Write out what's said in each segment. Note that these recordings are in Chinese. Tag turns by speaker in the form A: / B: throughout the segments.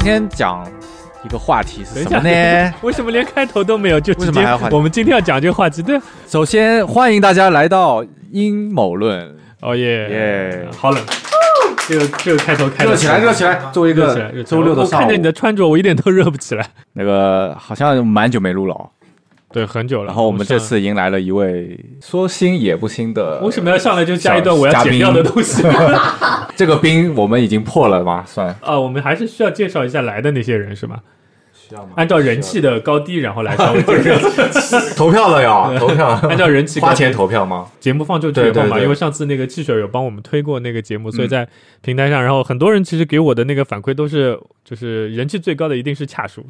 A: 天讲一个话题是
B: 等一
A: 什
B: 下
A: 么呢？
B: 为什么连开头都没有就
A: 为
B: 直
A: 什么
B: 接
A: 还要换？
B: 我们今天要讲这个话题，对，
A: 首先欢迎大家来到阴谋论，
B: 哦耶
A: 耶
B: 好冷，这个这个开头开得
A: 热起来，热起来！作为一
B: 热起来，
A: 个
B: 热起来
A: 周六的
B: 我
A: 上
B: 看
A: 午
B: 着你，的穿着，我一点都热不起来。
A: 那个好像蛮久没录了哦。
B: 对，很久了。
A: 然后我们这
B: 上，
A: 次迎来了一位说新也不新的，
B: 为什么要上来就加一段我
A: 嘉
B: 要
A: 宾
B: 剪掉的东西？
A: 这个冰我们已经破了吗？算
B: 啊，我们还是需要介绍一下来的那些人是吗？
A: 需要吗
B: 按照人气的高低，然后来 稍微介绍。
A: 投票了 呀，投票，
B: 按照人气高
A: 花
B: 低
A: 钱投票吗？
B: 节目放出去以后
A: 对对
B: 嘛，
A: 对嗯
B: 因为上次那个汽水有帮我们推过那个节目，所以在平台上，然后很多人其实给我的那个反馈都是，就是人气最高的一定是恰叔。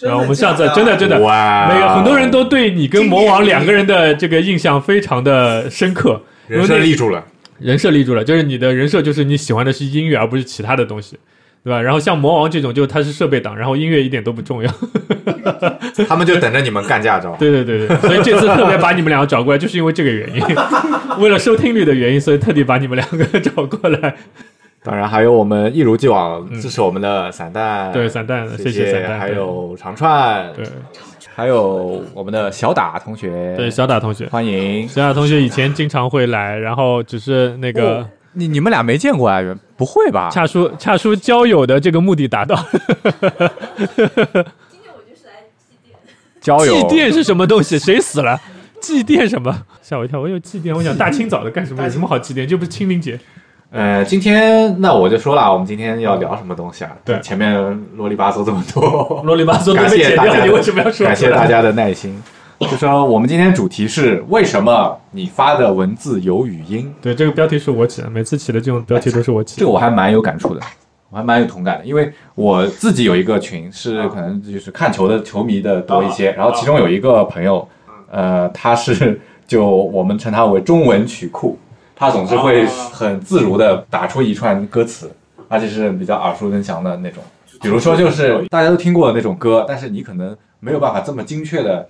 B: 然后我们上次真的真的，
A: 哇
B: 那个很多人都对你跟魔王两个人的这个印象非常的深刻，因为那
A: 住了，
B: 人设立住了，就是你的人设就是你喜欢的是音乐，而不是其他的东西。对吧？然后像魔王这种，就是它是设备党，然后音乐一点都 不重要。
A: 他们就等着你们干驾照。
B: 对对对对，所以这次特别把你们两个找过来，就是因为这个原 因，为了收听率的原因，所以特地把你们两个找过来。
A: 当然还有我们一如既往支持我们的散弹，
B: 对，散弹，谢
A: 谢
B: 散弹，
A: 还有长串，
B: 对
A: 还有我们的小打同学，
B: 对，小打同学，
A: 欢迎。
B: 小打同学以前经常会来，然后只是那个
A: 哦你你们俩没见过啊？原不会吧？
B: 恰叔恰叔交友的这个目的达到。
C: 今天我就是来祭奠。
A: 交
B: 祭
A: 友
B: 奠是什么东西？谁死了？祭奠什么？吓我一跳！我有祭奠，我想大清早的干什么？有什么好祭奠？这不是清明节？
A: 呃，今天那我就说了，我们今天要聊什么东西啊？
B: 对
A: 前面啰里吧嗦这么多，
B: 啰里吧嗦都
A: 感
B: 被
A: 谢
B: 剪
A: 大
B: 掉，
A: 家
B: 你
A: 的
B: 为什么要说？
A: 感谢大。家的耐心。就说我们今天主题是为什么你发的文字有语音？
B: 对，这个标题是我起的，每次起的这种标题都是我起
A: 这
B: 的。
A: 个我还蛮有感触的，我还蛮有同感的，因为我自己有一个群
B: 啊
A: 是可能就是看球的球迷的多一些，然后其中有一个朋友，
B: 啊
A: 呃，他是就我们称他为中文曲库，他总是会
B: 啊
A: 很自如的打出一串歌词，而且是比较耳熟能详的那种，比如说就是大家都听过的那种歌，但是你可能没有办法这么精确的。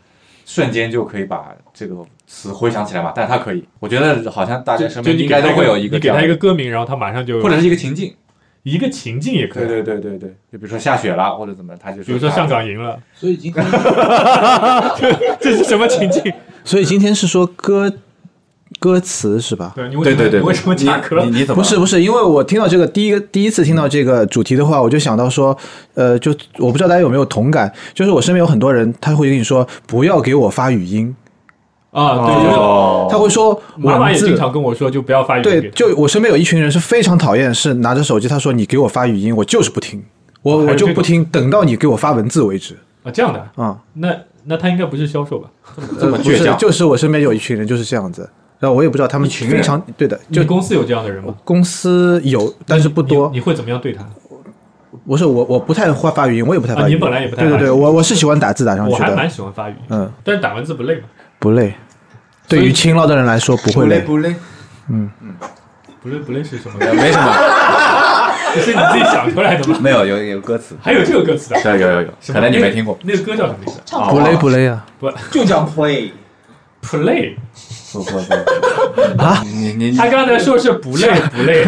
A: 瞬间就可以把这个词回想起来嘛，但他可以，我觉得好像大家身
B: 就
A: 边
B: 你
A: 应
B: 给
A: 该
B: 他
A: 都会有一
B: 你
A: 个这
B: 给
A: 样
B: 他
A: 的
B: 一个歌名，然后他马上就
A: 或者是一个情境，
B: 一个情境也可
A: 对啊哎对
B: 以。
A: 对对对，就比如说下雪了或者怎么，他就
B: 比如说上港赢了，
D: 所以今天，
B: 这是什么情境？
D: 所以今天是说歌歌词是吧？
B: 对，你为什
A: 对
B: 么
A: 对对，
B: 你为什么卡壳？
A: 你你怎么
D: 不是不是，因为我听到这个第一个第一次听到这个主题的话，我就想到说，呃，就我不知道大家有没有同感，就是我身边有很多人，他会跟你说不要给我发语音，
B: 啊？对，就是
A: 哦，
D: 他会说
B: 妈妈
D: 文
B: 也
D: 字
B: 经。常跟我说，就不要发语音
D: 对，
B: 给。
D: 就我身边有一群人是非常讨厌，是拿着手机，他说你给我发语音，我就是不听，我
B: 还有
D: 我就
B: 这
D: 不
B: 种
D: 听，等到你给我发文字为止。
B: 啊，这样的。
D: 啊、
B: 那那他应该不是销售吧？
D: 嗯，
A: 这么
D: 呃不
A: 倔
D: 是
A: 强，
D: 就是我身边有一群人就是这样子，然后我也不知道他们
A: 一群人
D: 非常对的，
B: 就
D: 就
B: 公司有这样的人吗？
D: 公司有，但是不多
B: 你。你会怎么样对他？
D: 不是我，我不太会发语音，我也不太发
B: 啊
D: 语音。
B: 你本来也不太
D: 对
B: 发
D: 对
B: 语
D: 对，
B: 音
D: 我我是喜欢打字打上
B: 我
D: 去
B: 还
D: 的
B: 蛮，喜欢发语音，
D: 嗯，
B: 但是打文字不累嘛？
D: 不累。
B: 所以
D: 对于勤劳的人来说，不会累。
A: 不累，呃
B: 不累不累是什么？
A: 没什么，
B: 这是你自己想出 来的吗？
A: 没有有有歌词，
B: 还有这个歌词的，
A: 对，有有有，
B: 什么
A: 可能你没听过，
B: 那个歌叫什么名字
A: 哦
D: 不累不累啊！
E: 就叫 play，
B: ？Play，
A: 不不不
D: 啊，
A: 你你你
B: 他刚才说是不累不累，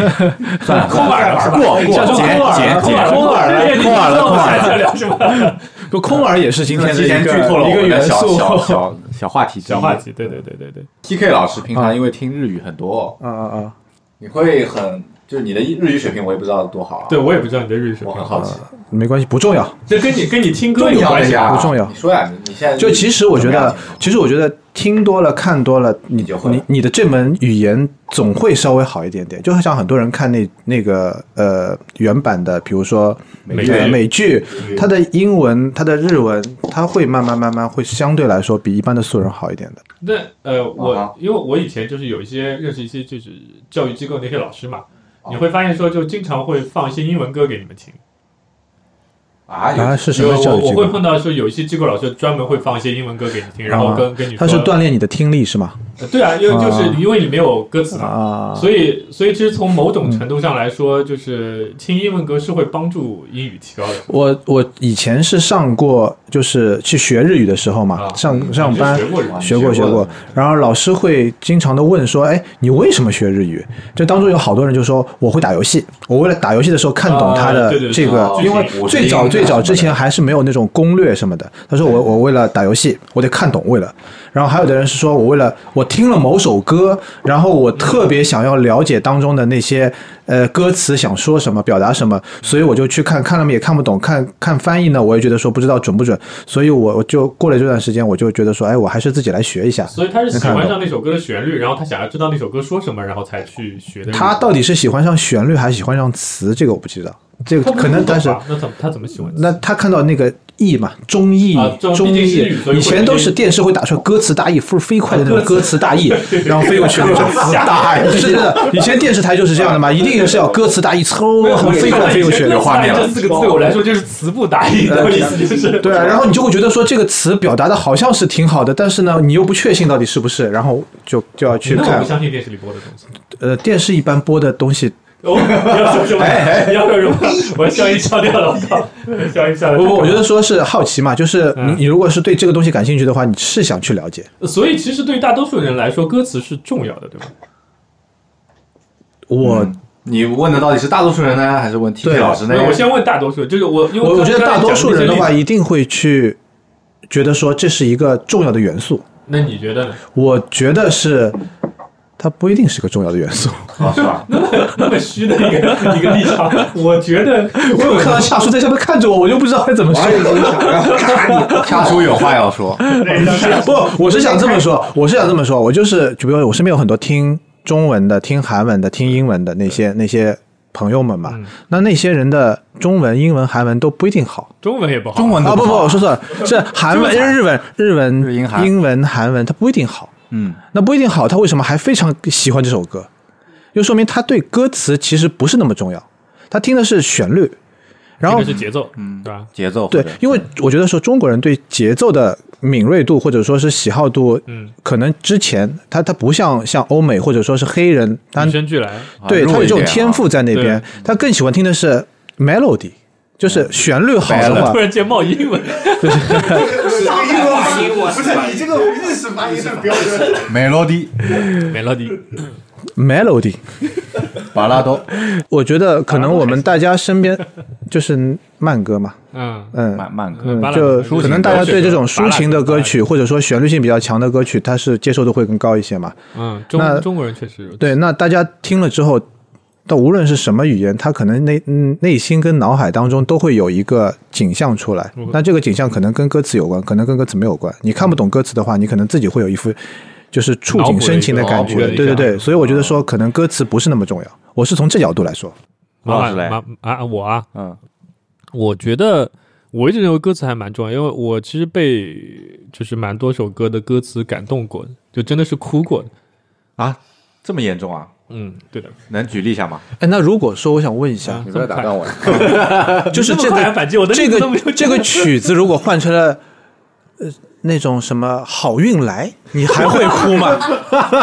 A: 算了
B: 空耳了是吧？
A: 过过
B: 想说
A: 结
B: 空耳
A: 结
B: 了，空耳了，哎
A: 结
B: 空耳了，
D: 空耳了
B: 我们
D: 空耳了
B: 下次要聊什么？
D: 不，空耳也是今天的
A: 之前
D: 一
A: 剧
D: 个
A: 透了
D: 一
A: 我
D: 个
A: 们的
D: 元
A: 小
D: 素。
A: 小小小话题之一，
B: 小话题，嗯对对对对对，
A: TK 老师平常因为听日语很多，
D: 啊啊啊！
A: 你会很就是你的日语水平我也不知道多好啊，
B: 对，我也不知道你的日语水
A: 我很
B: 平，
A: 好奇，
D: 没关系，不重要。
B: 这跟你跟你听歌有
A: 要
B: 关
A: 一
B: 系
A: 下
B: 啊？
D: 不重要
A: 你说呀，你你现在
D: 就其实我觉
A: 怎么样
D: 得，其实我觉得听多了、看多了，你
A: 就会了
D: 你你的这门语言总会稍微好一点点。就像很多人看那那个呃原版的，比如说
B: 美
D: 呃
B: 剧
D: 美剧，它的英文、它的日文，它会慢慢慢慢会相对来说比一般的素人好一点的。
B: 那呃，
A: 啊哈
B: 我因为我以前就是有一些认识一些就是教育机构那些老师嘛，
D: 啊
B: 你会发现说就经常会放一些英文歌给你们听。
A: 啊有
D: 啊，是什
B: 有
D: 么教
B: 我
D: 育
B: 我
D: 机
B: 会
D: 构？啊
B: 碰到说有一些机构老师专门会放一些英文歌给你听，然后跟跟你
D: 他
B: 说，
D: 是锻炼你的听力是吗？
B: 对啊，因为就是因为你没有歌词嘛，
D: 啊，
B: 所以所以其实从某种程度上来说，就是轻英文格式会帮助英语提高的。
D: 我我以前是上过，就是去学日语的时候嘛，
B: 啊
D: 上上班
B: 学过人
A: 啊
D: 学过
A: 你学
D: 学
A: 过
D: 过
A: 的，
D: 然后老师会经常的问说，哎，你为什么学日语？就当中有好多人就说我会打游戏，我为了打游戏的时候看懂他
B: 啊
D: 的
B: 对对对
D: 这个，
A: 哦
D: 因为
A: 我我
D: 最早
A: 听
D: 最
A: 什
D: 早
A: 么
D: 之前
A: 的
D: 还是没有那种攻略什么的。他说我我为了打游戏，我得看懂为了。然后还有的人是说我为了我听了某首歌，然后我特别想要了解当中的那些呃歌词想说什么，表达什么，所以我就去看看了也看不懂，看看翻译呢，我也觉得说不知道准不准，所以我我就过了这段时间，我就觉得说，哎，我还是自己来学一下。
B: 所以他是喜欢上那首歌的旋律，然后他想要知道那首歌说什么，然后才去学的。
D: 他到底是喜欢上旋律还是喜欢上词，这个我不知道，这个
B: 他不
D: 可能
B: 懂
D: 但是
B: 吧那怎么他怎么喜欢？
D: 那他看到那个意嘛，中意
B: 啊中
D: 中
B: 毕竟是
D: 意
B: 日语所，啊以
D: 以前
B: 会
D: 都是电视会打出来歌词大意，飞飞快的那种歌词大意，然后飞过去 那种词大意，是的，以前电视台就是这样的嘛，一定是要歌词大意，嗖，很飞快地飞过去。
A: 有画面了
B: 这四个字对我来说就是词不达意的意思，就是
D: 对啊，然后你就会觉得说这个词表达的好像是挺好的，但是呢，你又不确信到底是不是，然后就就要去
B: 那我
D: 看
B: 不。相信电视里播的东西。
D: 呃，电视一般播的东西，
B: 哦，不要说什么，
D: 哎
B: 不要说什么，我消音消掉了，我靠，消音消掉
D: 不
B: 了。
D: 不，我觉得说是好奇嘛，就是
B: 嗯
D: 你你如果是对这个东西感兴趣的话，你是想去了解。
B: 所以其实对于大多数人来说，歌词是重要的，对吧？
D: 我
A: 嗯你问的到底是大多数人呢，还是问 T T
D: 对啊
A: 老师呢？
B: 那我先问大多数，就是我，因为
D: 我我
B: 刚
D: 觉得
B: 刚
D: 大
B: 才
D: 多数人的
B: 讲
D: 话，
B: 那些例
D: 一定会去觉得说这是一个重要的元素。
B: 子，那你觉得呢？
D: 我觉得是，它不一定是个重要的元素。
A: 啊是 吧？
B: 那么那么虚的一个一个立场，我觉得
D: 我有看到夏叔在下面看着我，我就不知道该怎么 说。
A: 夏叔有话要说，
D: 嗯 不，我是想这么说，我是想这么说，我就是，就比如说我身边有很多听中文的、听韩文的、听英文的那些那些朋友们嘛，那那些人的中文、英文、韩文都不一定好。
B: 中文也不好，
A: 中文
D: 啊
A: 都
D: 不不，
A: 好
D: 我说错了，是韩 文、日文、日文、
A: 日英韩
D: 英文、韩文，它不一定好。
A: 嗯，
D: 那不一定好，他为什么还非常喜欢这首歌？就说明他对歌词其实不是那么重要，他听的是旋律。然后
B: 这个是节奏，嗯，对吧？
A: 节奏或
D: 对
A: 者，
D: 因为我觉得说中国人对节奏的敏锐度或者说是喜好度，
B: 嗯，
D: 可能之前他他不像像欧美或者说是黑人，他
B: 与生俱来，
D: 对
A: 啊
D: 他有这
A: 弱一
D: 种
A: 点啊
D: 天赋在那边，他更喜欢听的是 melody，就是
A: 嗯
D: 旋律好的话
B: 突，然间冒英文，
C: 英文发音，不是你这个日式发音是标准。
A: 梅洛迪、
D: 嗯
B: 美乐迪，
D: melody。
A: 巴拉多、
D: 我觉得可能我们大家身边就是慢歌嘛，
B: 嗯，
D: 嗯，
A: 慢慢歌
B: 嗯巴拉
D: 就
B: 抒情
D: 可能大家对这种抒情的歌
B: 巴嗯
D: 曲，或者说旋律性比较强的歌曲，它是接受度会更高一些嘛？
B: 嗯，中
D: 那
B: 中国人确实如此，
D: 对，那大家听了之后，到无论是什么语言，他可能内嗯内心跟脑海当中都会有一个景象出来。那这个景象可能跟歌词有关，可能跟歌词没有关。你看不懂歌词的话，你可能自己会有一副就是触景生情的感觉
B: 脑补了。一个啊
D: 对对
B: 脑补了一
D: 对，
B: 个
D: 所以我觉得说，可能歌词不是那么重要。我是从这角度来说，
B: 麻
A: 老
B: 烦
A: 师嘞，
B: 麻啊我啊，
A: 嗯，
B: 我觉得我一直认为歌词还蛮重要，因为我其实被就是蛮多首歌的歌词感动过的，就真的是哭过的。
A: 啊，这么严重啊？
B: 嗯，对的，
A: 能举例一下吗？
D: 哎，那如果说我想问一下
B: 啊，，这么快
A: 我，
D: 就是
B: 你这
D: 这
B: 么快
D: 个
B: 反击我的例
D: 这
B: 子
D: 个
B: 都没有
D: 这个曲子如果换成了。呃，那种什么好运来，你还会 哭吗？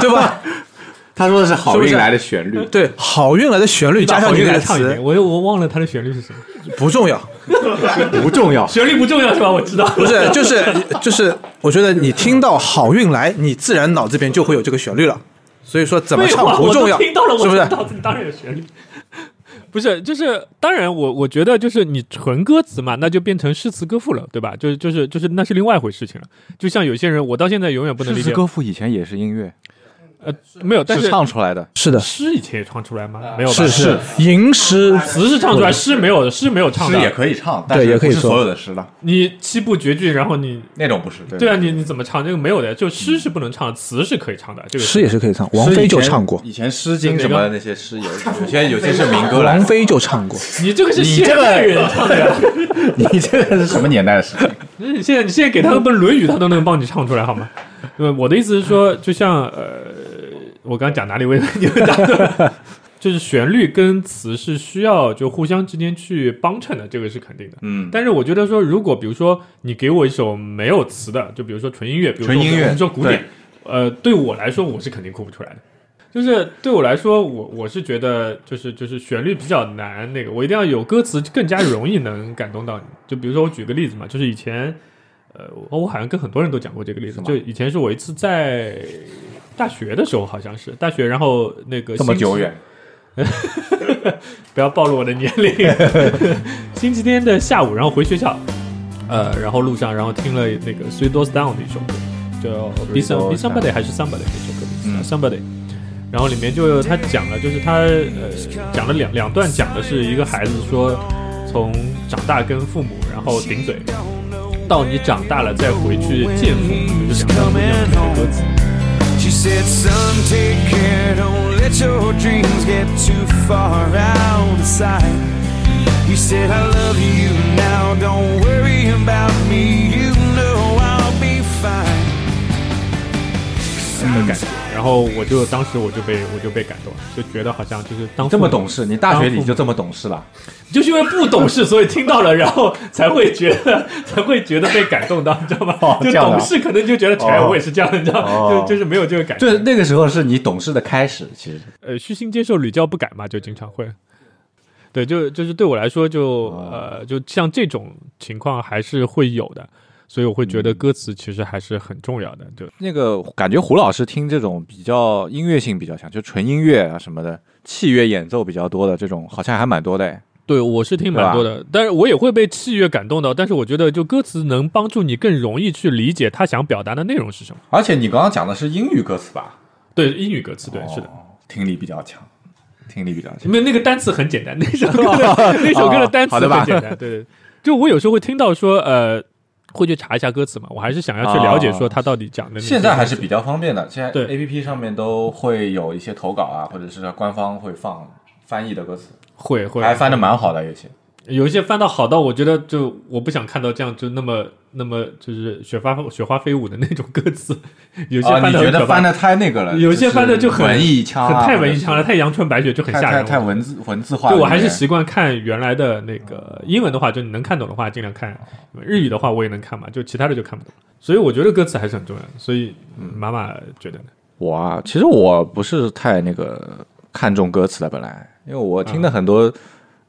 D: 对吧？
A: 他说的是好
D: 是不是
A: 运来的旋律，
D: 对，好运来的旋律加上你
B: 那
D: 这
B: 来
D: 个
B: 唱一遍，
D: 词
B: 我我忘了它的旋律是什么，
D: 不重要，
A: 不重要。
B: 旋律不重要是吧？我知道，
D: 不是 就是就是，我觉得你听到好运来，你自然脑子里边就会有这个旋律了。所以说怎么
B: 废
D: 唱
B: 话
D: 不
B: 啊我
D: 重
B: 都
D: 要，
B: 听到了，
D: 是不是
B: 我？脑子里当然有旋律。 不是，就是当然我，我觉得就是你纯歌词嘛，那就变成诗词歌赋了，对吧？就是就是就是，那是另外一回事情了。就像有些人，我到现在永远不能
A: 诗
B: 理
A: 词
B: 解，
A: 歌赋以前也是音乐，
B: 呃，没有，但
A: 是
B: 是
A: 唱出呃来的。
D: 是的，
B: 诗以前也唱出来吗？没有吧？
D: 是是吟诗
B: 词是唱出来，诗没有，诗没有唱
A: 诗也
B: 的。
A: 可以唱，但
D: 对
A: 是
D: 也可以
A: 不是
D: 说
A: 所有的诗了，
B: 你七步绝句，然后你
A: 那种不是。
B: 对啊，你你怎么唱？这个没有的，就诗是不能唱的，词是可以唱的。这个
D: 诗也是可以唱，王菲就唱过
A: 以，前《诗经》什么的那些诗有，有些有些是民歌来
D: 王
A: 的。
D: 菲就唱过。
B: 你这个是
A: 你这
B: 现
A: 个
B: 代人唱的呀。
A: 你这个是什么年代的 诗？
B: 那你现在你现在给他们本《论语》，他都能帮你唱出来好吗？ 对，我的意思是说，就像呃，我刚讲哪里，我以为你们打断了。就是旋律跟词是需要就互相之间去帮衬的，这个是肯定的。
A: 嗯，
B: 但是我觉得说，如果比如说你给我一首没有词的，就比如说纯音乐，比如说
A: 纯音乐
B: 我们说古典
A: 对，
B: 呃，对我来说我是肯定哭不出来的。就是对我来说，我我是觉得就是就是旋律比较难，那个我一定要有歌词更加容易能感动到你。就比如说我举个例子嘛，就是以前，呃，我我好像跟很多人都讲过这个例子，就以前是我一次在大学的时候，好像是大学，然后那个
A: 这么
B: 星期
A: 久远，
B: 不要暴露我的年 龄。星期天的下午，然后回学校，
A: 嗯
B: 呃，然后路上，然后听了那个《Three Doors Down》的一首歌，叫《Be Some Be
A: Doors
B: Somebody》还是《Somebody》那首歌名字
A: 嗯
B: 叫，Somebody。然后里面就他讲了，就是他呃讲了两两段，讲的是一个孩子说从长大跟父母然后顶嘴，到你长大了再回去见父母，就是两段不一样的歌词。
E: She said, Son, take care, don't let your dreams get too far out of sight. You said, I love you now, don't worry about me, you know I'll be fine.
B: 的感觉。然后我就当时我就被我就被感动了，就觉得好像就是当
A: 这么
B: 父母
A: 懂事，你大学里就这么懂事了？
B: 就是因为不懂事，所以听到了，然后才会觉得才会觉得被感动到，你知道吗？
A: 哦
B: 就
A: 这样的
B: 懂
A: 啊
B: 事可能就觉得，哎，
A: 哦
B: 我也是这样的，你知道，
A: 哦
B: 就就是没有这个感觉。
A: 就是那个时候是你懂事的开始，其实
B: 呃，虚心接受，屡教不改嘛，就经常会。对，就就是对我来说就，呃，就像这种情况还是会有的，所以我会觉得歌词其实还是很重要的。就
A: 那个感觉胡老师听这种比较音乐性比较强，就纯音乐啊什么的，器乐演奏比较多的这种，好像还蛮多的哎。
B: 对，我是听蛮多的，但是我也会被器乐感动到。但是我觉得，就歌词能帮助你更容易去理解他想表达的内容是什么。
A: 而且你刚刚讲的是英语歌词吧？
B: 对，英语歌词，对，是的。
A: 哦，听力比较强，听力比较强。
B: 没有那个单词很简单，那首歌 的 那首歌的单词
A: 哦好的吧
B: 很简单。对对，就我有时候会听到说，呃，会去查一下歌词嘛，我还是想要去了解说他到底讲的。
A: 现在还是比较方便的，现在
B: 对
A: A P P 上面都会有一些投稿啊，或者是官方会放翻译的歌词，
B: 会会
A: 还翻的蛮好的，有些。
B: 有一些翻到好到我觉得就我不想看到这样就那么那么就是雪花雪花飞舞的那种歌 词，有些
A: 啊，
B: 翻
A: 你
B: 的
A: 觉
B: 很
A: 得
B: 可
A: 翻
B: 怕。
A: 的太那个了，
B: 有些翻的就很
A: 是文艺腔
B: 很
A: 啊，
B: 太文艺腔了，太阳春白雪就很
A: 太
B: 吓
A: 太
B: 人。
A: 太文字文字化了。
B: 对我还是
A: 有点
B: 习惯看原来的那
A: 哦
B: 个英文的话，就你能看懂的话尽量看，日语的话我也能看嘛，就其他的就看不懂。所以我觉得歌词还是很重要的。所以嗯妈妈觉得呢？
A: 我啊，其实我不是太那个看重歌词的，本来，因为我听的很多
B: 嗯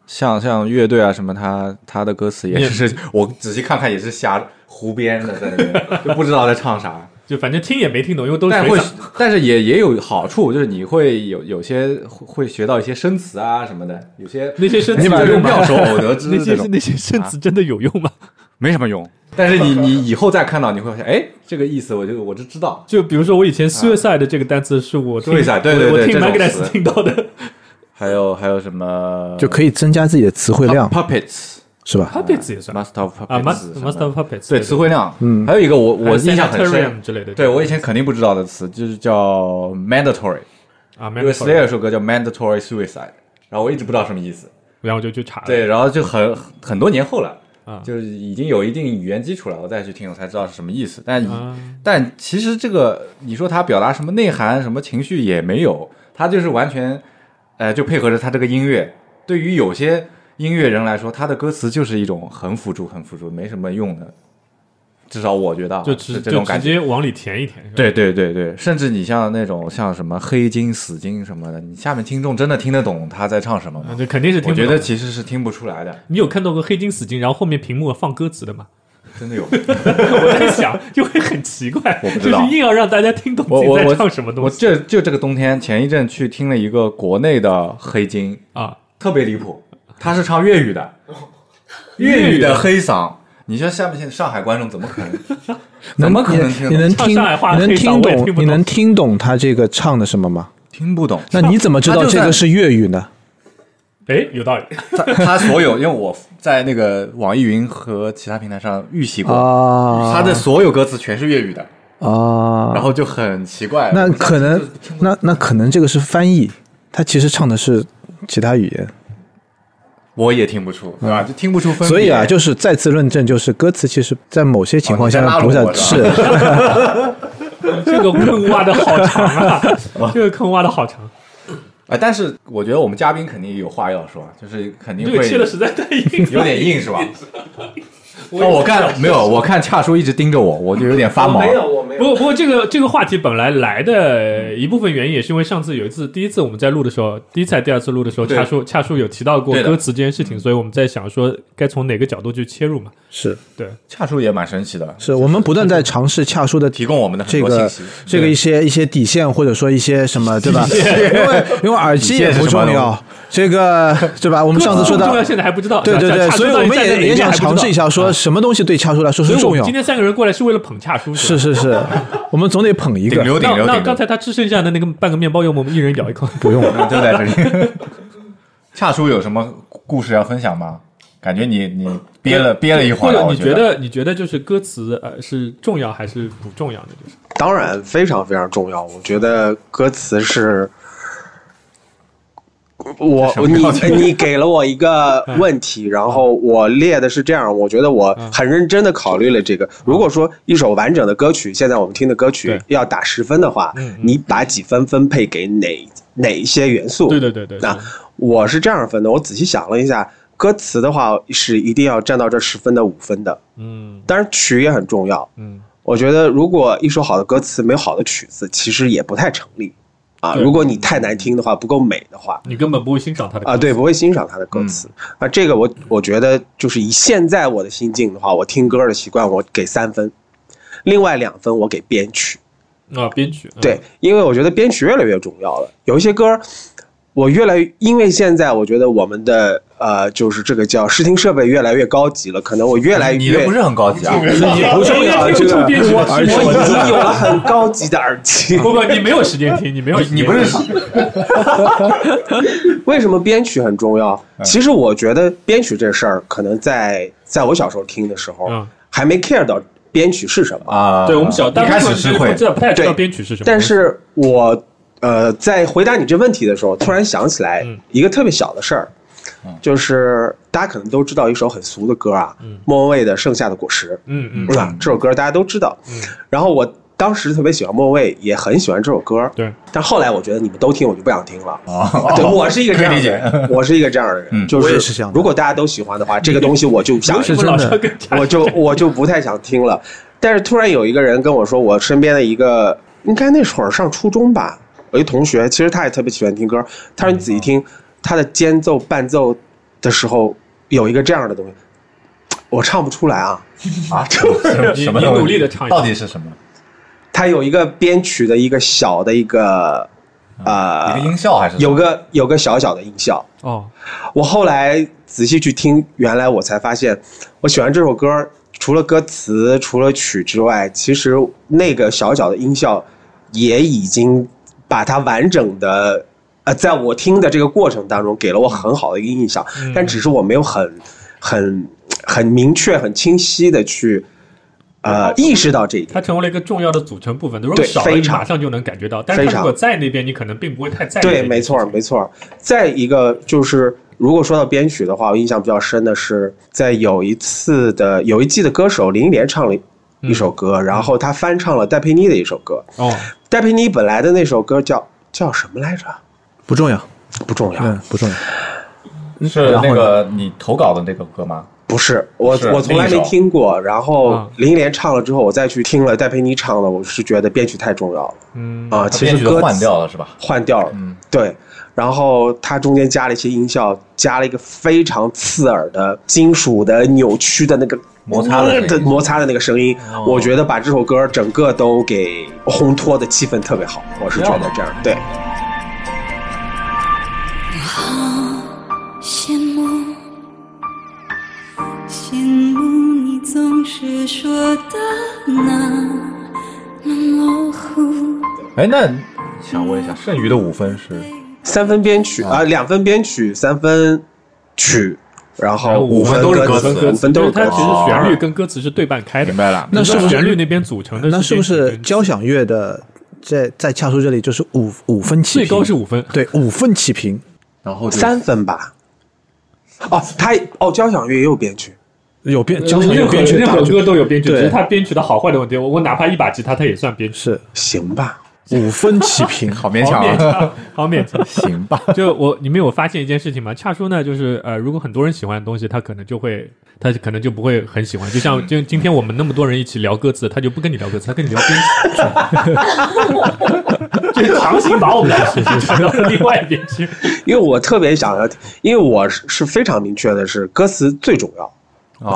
A: 像、像乐队啊什么他，他的歌词也是 我仔细看看也是瞎胡编的，在那边就不知道在唱啥。
B: 就反正听也没听懂，因为都是
A: 但会
B: 水嗓。，
A: 但是也也有好处，就是你会有有些会学到一些生词啊什么的，有些
B: 那些生词
A: 你把
B: 有
A: 这种
B: 用吗
A: 妙手偶得之
B: 那些
A: 这种啊
B: 那些生词真的有用吗？
A: 没什么用。但是你 你以后再看到，你会发现，哎，这个意思我就我就知道。
B: 就比如说我以前 suicide 这个单词是我听
A: suicide，对对对
B: 我我听
A: 这种
B: m a g n e
A: 词
B: s 听到的。
A: 还有还有什么
D: 就可以增加自己的词汇量，
A: puppets
D: 是吧？
B: Puppets 也算
A: 啊 must of puppets
B: 啊
A: 什
B: ，must
A: 么的
B: must of puppets
A: 对词汇量，嗯，还有一个我我印象很
B: Sanitarium
A: 深
B: 之类的
A: 对我以前肯定不知道的词，就是叫 mandatory，
B: 啊
A: 因为 Slayer
B: ，memory，
A: 有首歌叫 mandatory suicide，然后我一直不知道什么意思，
B: 然后我就去查了。
A: 对，然后就很很多年后了
B: 哎啊。
A: 就是已经有一定语言基础了，我再去听，我才知道是什么意思。但、
B: 啊
A: 但其实这个，你说它表达什么内涵、什么情绪也没有，它就是完全，呃，就配合着它这个音乐。对于有些音乐人来说，他的歌词就是一种很辅助、很辅助，没什么用的。至少我觉得啊
B: 就是直
A: 这
B: 就
A: 种
B: 直
A: 感觉。
B: 接往里填一填。是吧，
A: 对对对对，甚至你像那种像什么黑金、死金什么的，你下面听众真的听得懂他在唱什么
B: 那
A: 吗？
B: 这肯定啊是
A: 我
B: 听不懂
A: 觉
B: 的。
A: 得其实是听不出来的，
B: 你有看到过黑金死金，然后后面屏幕放歌词的吗？
A: 真 的有。
B: 我在想，就会很奇 怪，
A: 我不
B: 就是
A: 知道
B: 硬要让大家听懂
A: 我
B: 自己
A: 我
B: 在
A: 我
B: 唱什么
A: 我
B: 东西
A: 这就这个冬天前一阵去听了一个国内的黑金，
B: 啊。
A: 特别离谱，他是唱粤语的， 粤语的黑嗓。你说下面现在上海观众怎么可 能？怎么可能听
D: 你
A: 得
D: 能
A: 懂？
D: 听
B: 上海话
D: 你能
B: 黑嗓
D: 听
B: 我也
D: 懂
B: 听不
D: 你能
B: 懂
D: 听懂他这个唱的什么吗？
A: 听不懂。
D: 那你怎么知
A: 他
D: 道
A: 就
D: 这
A: 在
D: 个是粤语呢？
B: 哎，有道理。
A: 他他所有，因为我在那个网易云和其他平台上预习过，
D: 啊，
A: 他的所有歌词全是粤语的，
D: 啊，
A: 然后就很奇怪。
D: 那可能那那可能这个是翻译，他其实唱的是其他语言。
A: 我也听不出，对吧？就听不出分别。
D: 所以啊，就是再次论证，就是歌词其实在某些情
A: 哦
D: 况
A: 你在
D: 下
A: 拉
D: 不
A: 拢
D: 是
A: 我是
D: 是
B: 这个坑挖的好长 啊，这个坑挖的好长，
A: 啊，但是我觉得我们嘉宾肯定有话要说，就是肯定
B: 这
A: 会
B: 个切的实在太硬了。
A: 有点硬，是吧？那我看没有，我看恰叔一直盯着我，我就有点
B: 哦
A: 发毛。
F: 没有，我没有。
B: 不 过不过这个这个话题本来来的一部分原因也是因为上次有一次第一次我们在录的时候，第一次还是第二次录的时候，
A: 对
B: 恰叔恰叔有提到过
A: 对的
B: 歌词这件事情，所以我们在想说该从哪个角度去切入嘛。
D: 是
B: 对，
A: 恰叔也蛮神奇的，
D: 是我们不断在尝试恰叔的
A: 提供我们的很
D: 这
A: 多信
D: 个
A: 息。
D: 这个一些一些底线，或者说一些什么，对吧？因为因为耳机也不重
A: 底线是什么
D: 要，这个对吧？我们上次说
B: 歌词重不
D: 到
B: 重，要现在还不知道，
D: 对对
B: 啊恰
D: 对，
B: 恰叔
D: 所以
B: 到
D: 我
B: 底
D: 们
B: 站在哪
D: 也也
B: 边
D: 想
B: 还不知道
D: 尝试一下，说什么东西对恰叔来说是
B: 所以我
D: 重
B: 们
D: 要
B: 今。天三个人过来是为了捧恰叔，
D: 是
B: 吧。
D: 是是，我们总得捧一
A: 顶
D: 个。
A: 流顶
B: 那
A: 流
B: 那
A: 顶流
B: 刚，才他吃剩下的那个半个面包，要么我们一人咬一 口。
A: 不用，就在这 里。恰叔有什么故事要分享吗？感觉你你憋了憋了一会
B: 或
A: 儿了，
B: 者
A: 我
B: 你觉
A: 得
B: 得你觉得就是歌词呃是重要还是不重要的？就是
F: 当然非常非常重要。我觉得歌 词是，我
A: 什么
F: 你
A: 表情
F: 你给了我一 个
B: 嗯
F: 问题，然后我列的是这样，我觉得我很认真的考虑了这个。如果说一首完整的歌曲，现在我们听的歌曲
B: 对嗯
F: 要打十分的话，你把几分分配给哪哪一些元素？
B: 对对对对，对
F: 那我是这样分的，我仔细想了一下，歌词的话是一定要占到这十分的五分的，
B: 嗯
F: 当然曲也很重要。
B: 嗯，
F: 我觉得如果一首好的歌词没有好的曲子，其实也不太成立啊。
B: 对
F: 如果你太难听的话，不够美的话。
B: 你根本不会欣赏他的歌
F: 啊，对，不会欣赏他的歌
A: 嗯
F: 词、啊。这个我我觉得，就是以现在我的心境的话，我听歌的习惯，我给三分，另外两分我给编曲。
B: 啊，编曲嗯
F: 对，因为我觉得编曲越来越重要了。有一些歌，我越来越因为现在我觉得我们的呃，就是这个叫视听设备越来越高级了，可能我越来越
A: 你的不是很高级啊，
B: 你不重要，哦这个编曲的
F: 我
B: 时间
F: 已经有了 很高级的耳机。
B: 不不，你没有时间听，你没有时
A: 你
B: 间听，
A: 不是
F: 为什么编曲很重要？其实我觉得编曲这事儿，可能在在我小时候听的时候
B: 嗯，
F: 还没 care 到编曲是什么。
A: 啊？
B: 对我们小
A: 一
B: 大
A: 开
B: 部
A: 始
B: 分
A: 是
B: 人不
A: 会
B: 知道不太知道
F: 对
B: 编曲是什么，
F: 但是我呃，在回答你这问题的时候，突然想起来
B: 嗯
F: 一个特别小的事儿，嗯就是大家可能都知道一首很俗的歌啊，莫文蔚的《盛夏的果实》。
B: 嗯嗯
F: 嗯，这首歌大家都知道。然后我当时特别喜欢莫蔚，也很喜欢这首歌。
B: 对，
F: 但后来我觉得你们都听，我就不想听了。
A: 哦
F: 对，我是一个这样
A: 可以理
F: 的
A: 解
F: 人，我是一个这样的人，
A: 嗯
F: 就
D: 我也是这样的
F: 如果大家都喜欢的话，这个东西我就想
B: 为，什么
D: 是
B: 老
D: 真
B: 是
D: 的
B: 要跟恰
F: 我就我就不太想听了。但是突然有一个人跟我说，我身边的一个应该那会儿上初中吧，有一同学，其实他也特别喜欢听歌。他说你仔细听，他的间奏伴奏的时候有一个这样的东西，我唱不出来啊。
A: 啊，这
B: 你
A: 什么
B: 你
A: 东西
B: 努力地唱一下
A: 到底是什么？
F: 它有一个编曲的一个小的一个
A: 嗯一个
F: 呃，
A: 音效还是什么
F: 有个有个小小的音效。
B: 哦，
F: 我后来仔细去听，原来我才发现，我喜欢这首歌，除了歌词、除了曲之外，其实那个小小的音效也已经把它完整的。呃，在我听的这个过程当中，给了我很好的一个印象，
A: 嗯
F: 但只是我没有很、很、很明确、很清晰的去，呃，意识到这一点。
B: 它成为了一个重要的组成部分。如果
F: 对
B: 少了，
F: 非
B: 你
F: 常
B: 马上就能感觉到。但是
F: 非
B: 它如
F: 常
B: 果在那边，你可能并不会太在意。
F: 对，没错，没错。再一个就是，如果说到编曲的话，我印象比较深的是，在有一次的有一季的歌手林忆莲唱了一首歌，然后她翻唱了戴佩妮的一首歌。
B: 哦，
F: 戴佩妮本来的那首歌叫叫什么来着？
D: 不重要，
F: 不重要，
D: 嗯，不重要。
A: 是
D: 然后
A: 那
D: 呢
A: 个你投稿的那个歌吗？
F: 不是我
A: 是
F: 我从来
A: 另
F: 没
A: 一首
F: 听过。然后
B: 嗯
F: 林忆莲唱了之后，我再去听了戴佩妮唱的，我是觉得编曲太重要了
B: 嗯，
F: 啊、
A: 它
F: 其
A: 编
F: 实
A: 曲
F: 歌
A: 都换
F: 词
A: 掉了是吧？
F: 换掉了，
A: 嗯，
F: 对。然后它中间加了一些音效，加了一个非常刺耳的金属的扭曲的那个
A: 摩擦的声音
F: 呃摩擦的那个声音，
A: 哦
F: 我觉得把这首歌整个都给烘托的气氛特别好，我是觉得这样对。
G: 羡慕，羡慕你总是说的那么模糊。
A: 哎，那想问一下，剩余的五分是
F: 三分编
A: 哦
F: 曲啊、两分编曲，三分曲，然
B: 然
F: 后
B: 后五
A: 哎分
F: 分
A: 都是
F: 歌
A: 歌
F: 词，
A: 词
F: 五分都
B: 因
F: 是
B: 为它
F: 歌
B: 其
F: 词。
B: 实旋律跟歌词是对半开的。
A: 明白了
D: 那是不是
B: 旋律那边组成的？
D: 那是不
B: 编曲
D: 是
B: 跟
D: 交响乐的在在恰叔这里就是五五分起
B: 最
D: 平？
B: 高是五分？
D: 对五分起平，
A: 然后就
F: 三分吧。哦，他哦，交响乐也有编曲，
D: 呃有编交响
B: 任
D: 乐
B: 何
D: 编曲
B: 任
D: 大
B: 何
D: 就
B: 歌都有编曲，
D: 对
B: 只是它编曲的好坏的问题。我我哪怕一把吉他，它也算编曲。
D: 是
F: 行吧？
D: 五分起平
A: 好勉
B: 好
A: 强，
B: 勉强，好勉强。
A: 行 吧。
B: 就我，你们有发现一件事情吗？恰叔呢，就是呃，如果很多人喜欢的东西，他可能就会，他可能就不会很喜欢。就像就今天我们那么多人一起聊歌词，他就不跟你聊歌词，他跟你聊编曲， 就是强行把我们俩扯到另外一边去。
F: 因为我特别想要，因为我是是非常明确的是歌词最重要。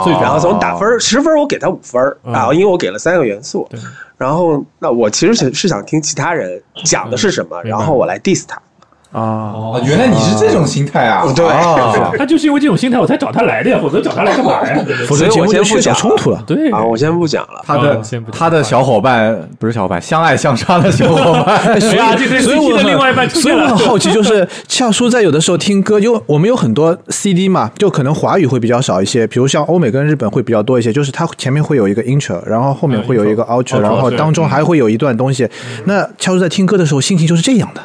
A: 最哦
F: 然后从打分儿十分儿我给他五分儿
B: 嗯
F: 啊，因为我给了三个元素
B: 对。
F: 然后那我其实是是想听其他人讲的是什么，
B: 嗯明白
F: 然后我来 diss 他。
D: 啊，
A: 哦，原来你是这种心态啊？
F: 哦对
A: 啊
B: 他就是因为这种心态，我才找他来的呀，否则找他来干嘛呀？
D: 否则
F: 所以
D: 节
F: 我
D: 目就
F: 先
D: 缺
F: 不
D: 少
F: 讲
D: 冲突了。
B: 对
F: 啊，我先不讲了。
A: 他的
B: 嗯先不
A: 他的小伙伴不是小伙伴，相爱相杀的小伙 伴，
B: 对啊，这对
D: 所以
B: CP
D: 我
B: 的
D: 很
B: 另外一半出
D: 所以
B: 现
D: 我
B: 了
D: 很。好奇，就是像叔在有的时候听歌，因为我们有很多 CD 嘛，就可能华语会比较少一些，比如像欧美跟日本会比较多一些，就是它前面会有一个 intro，然后后面会有一个 outro，
B: 嗯 outro，嗯
D: 然后当中还会有一段东西。那像叔在听歌的时候，心情就是这样的，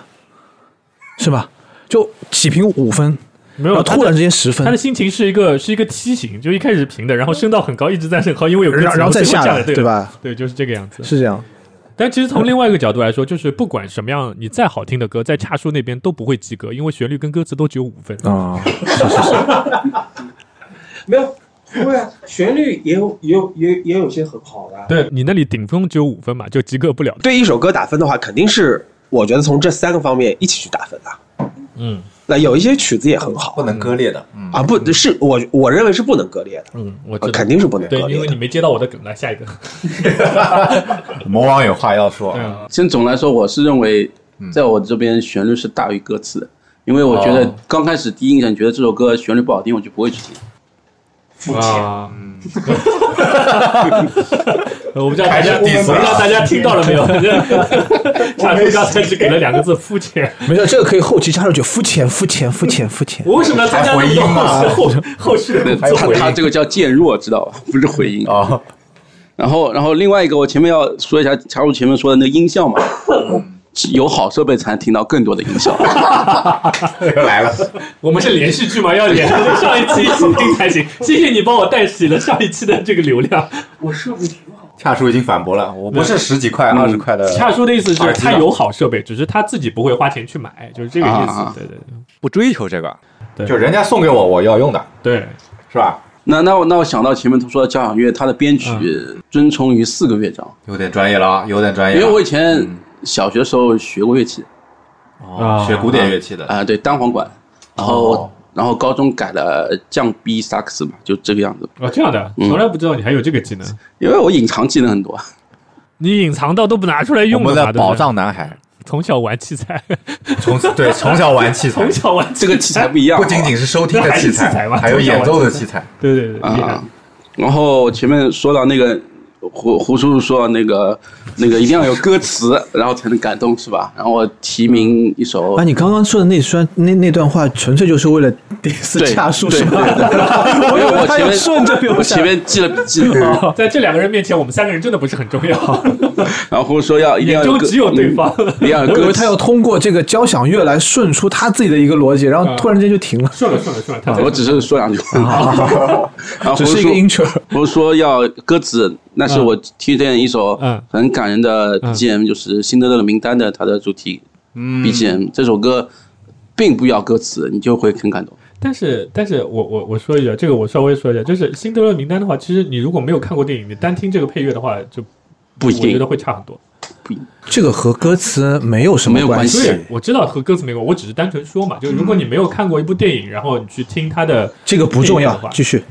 D: 是吧？就起评五分，
B: 没
D: 然
B: 有，
D: 后突然之间十
B: 他的。他
D: 分
B: 的。心情是一个是一个梯形，就一开始平的，然后升到很高，一直在很高，因为有歌词
D: 然后然后再
B: 最
D: 下
B: 下
D: 来
B: 对
D: 对吧？
B: 对，就是这个样子。
D: 是这样，
B: 但其实从另外一个角度来说，就是不管什么样，你再好听的歌，在差叔那边都不会及格，因为旋律跟歌词都只有五分。
D: 啊、
F: 没有，对啊，旋律也有也有也也有些很好的。
B: 对你那里顶峰只有五分嘛，就及格不了。
F: 对一首歌打分的话，肯定是我觉得从这三个方面一起去打分的。啊
B: 嗯，
F: 那有一些曲子也很好
A: 不能割裂的。嗯，
F: 啊，不是我我认为是不能割裂的，
B: 嗯，我知
F: 呃
B: 道
F: 肯定是不能
B: 对
F: 割，
B: 因
F: 裂
B: 为
F: 的
B: 你。没接到我的梗，来下一个。
A: 魔王有话要说，
B: 嗯，
H: 先总来说，我是认为，
A: 嗯
H: 在我这边旋律是大于歌词的，因为我觉得
A: 哦
H: 刚开始第一印象觉得这首歌旋律不好听，我就不会去听。
B: 啊，我不知道大
A: 开
B: 家，我不
A: 始 diss
B: 知
A: 了
B: 道大家听到了没 有？差叔刚才只给了两个字“肤浅”。
D: 没事，这个可以后期加入，就肤浅、肤浅、肤浅、肤浅。
B: 我为什么要参加那么
A: 还
B: 多后后后续的
H: 对，
B: 工作
H: 他？他这个叫渐弱，知道吧？不是回音。
A: 哦，
H: 然后，然后另外一个，我前面要说一下，插入前面说的那个音效嘛，
A: 嗯
H: 有好设备才能听到更多的音效。
A: 又来了，
B: 我们是连续剧吗？要连着上一期一起听才 行。谢谢你帮我带起了上一期的这个流量。
A: 恰叔已经反驳了，我不是十几块、二十块的，
B: 恰叔的意思是
A: 耳机
B: 他
A: 吧
B: 有好设备，只是他自己不会花钱去买，就是这个意思
H: 啊。
B: 对对
A: 不追求这个，
B: 对
A: 就人家送给我我要用的，
B: 对对，
A: 是吧？
H: 那那我那我想到前面他说的交响乐，它的编曲
A: 嗯
H: 遵从于四个乐章，
A: 有点专业了啊，有点专业
H: 因
A: 了，
H: 为我以前
A: 嗯
H: 小学时候学过乐器
A: 哦学古典乐器的，
H: 啊、对单簧管，然后、
A: 哦
H: 然后高中改了降 B 萨克斯嘛，就这个样子。
B: 哦这样的，
A: 嗯
B: 从来不知道你还有这个技能，
H: 因为我隐藏技能 很多，
B: 你隐藏到都不拿出来
A: 我
B: 用
A: 们
B: 嘛
A: 的
B: 对不对
A: 宝藏男孩，
B: 从小玩器材，
A: 从 对从小玩器材
B: 从，小玩
H: 这个器材不一样。
B: 哎
A: 不仅仅是收听的器
B: 那还是器材
A: 材，
B: 吗
A: 还有演奏的器材。
B: 对对对，厉害
H: 啊。然后前面说到那个胡胡叔叔说到那个那个一定要有歌词，然后才能感动，是吧？然后我提名一首
D: 啊，，你刚刚说的那段那那段话，纯粹就是为了 diss
H: 对
D: 恰叔
H: 对
D: 是吧？
H: 我有我
D: 他
H: 前
D: 有
H: 面
D: 顺着流嗯
H: 我
D: 下
H: 前面记了笔 记了。
B: 哦在这两个人面前，我们三个人真的不是很重 要，
H: 然后说要一定要
B: 眼中
H: 歌
B: 只有对方
H: 嗯一定要有
D: 我以
H: 歌
D: 为他
H: 词。
D: 要通过这个交响乐来顺出他自己的一个逻辑，然后突然间就停了，
B: 顺了顺了顺了，他在
H: 我只是说 两句
D: 啊
H: 话，然后
D: 只
H: 胡
D: 是一个
H: 叔
D: intro。
H: 胡叔说要歌词，那是我推荐一首
B: 嗯
H: 很感人的
B: 嗯
H: BGM，就是《辛德勒的名单》的它的主题
A: 嗯
H: BGM。这首歌并不要歌词，你就会很感动。
B: 但是，但是我我我说一下，这个我稍微说一下，就是《辛德勒名单》的话，其实你如果没有看过电影，你单听这个配乐的话，就
H: 不一定
B: 我觉得会差很多。
D: 这个和歌词没有什么关
H: 没有
D: 系
H: 关，
B: 对，我知道和歌词没关，我只是单纯说嘛，就是如果你没有看过一部电影，然后你去听它的，
D: 这个不重
B: 这
D: 要
B: 个的话。
D: 继续，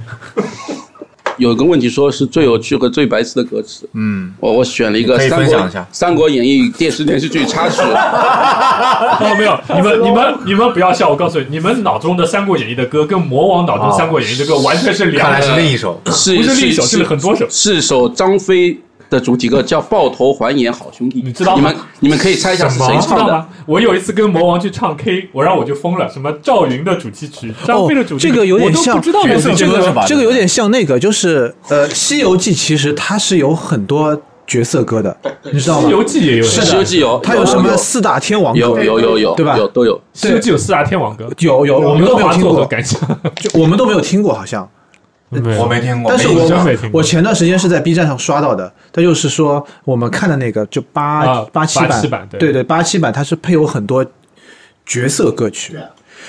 H: 有个问题说是最有趣和最白痴的歌词，
A: 嗯，
H: 我我选了一
A: 你
H: 个
A: 可以
H: 三
A: 分享
H: 国
A: 一下
H: 三国演义电视连续剧插 曲，
B: 哦，没有，你 们你们你们不要笑，我告诉你，你们脑中的《三国演义》的歌跟魔王脑中《三国演义》的歌完全是两
A: 看来
B: 个，
A: 是另一首。
H: 是
B: 不是另一首，是很多首。
H: 是首张飞的主题歌，叫《抱头还眼好兄弟》，
B: 你知道吗
H: 你们你们可以猜一下是谁
B: 你知
H: 唱
B: 道
H: 的？
B: 吗？我有一次跟魔王去唱 K，我让我就疯了，什么赵云的主题曲、张飞的主题曲，
D: 哦这个有点像
B: 我都不知道
A: 角
B: 有
A: 色
B: 这
D: 这
A: 歌
B: 个
A: 是吧
D: 个这个有点像那个，就是呃，《西游记》其实它是有很多角色歌的，你知道
B: 西
D: 吗？
B: 游记也有，
H: 《西游记》有，
D: 它有什么四大天王
H: 有
D: 歌？
H: 有有有
D: 对吧
H: 有都有。
B: 《西游记》有四大天王歌，
D: 有有，我们
B: 刘
D: 都
B: 德
D: 没有
B: 华
D: 听
B: 作何
D: 过，
B: 感想？
D: 就我们都没有听过，好像。
B: 没有
A: 我没听过，
D: 但是
A: 哦没印
D: 我
A: 象
B: 没听过
D: 我前段时间是在 B 站上刷到的，它就是说我们看的那个就八、
B: 啊
D: 八七
B: 87版对
D: 对对八七版，它是配有很多角色歌曲，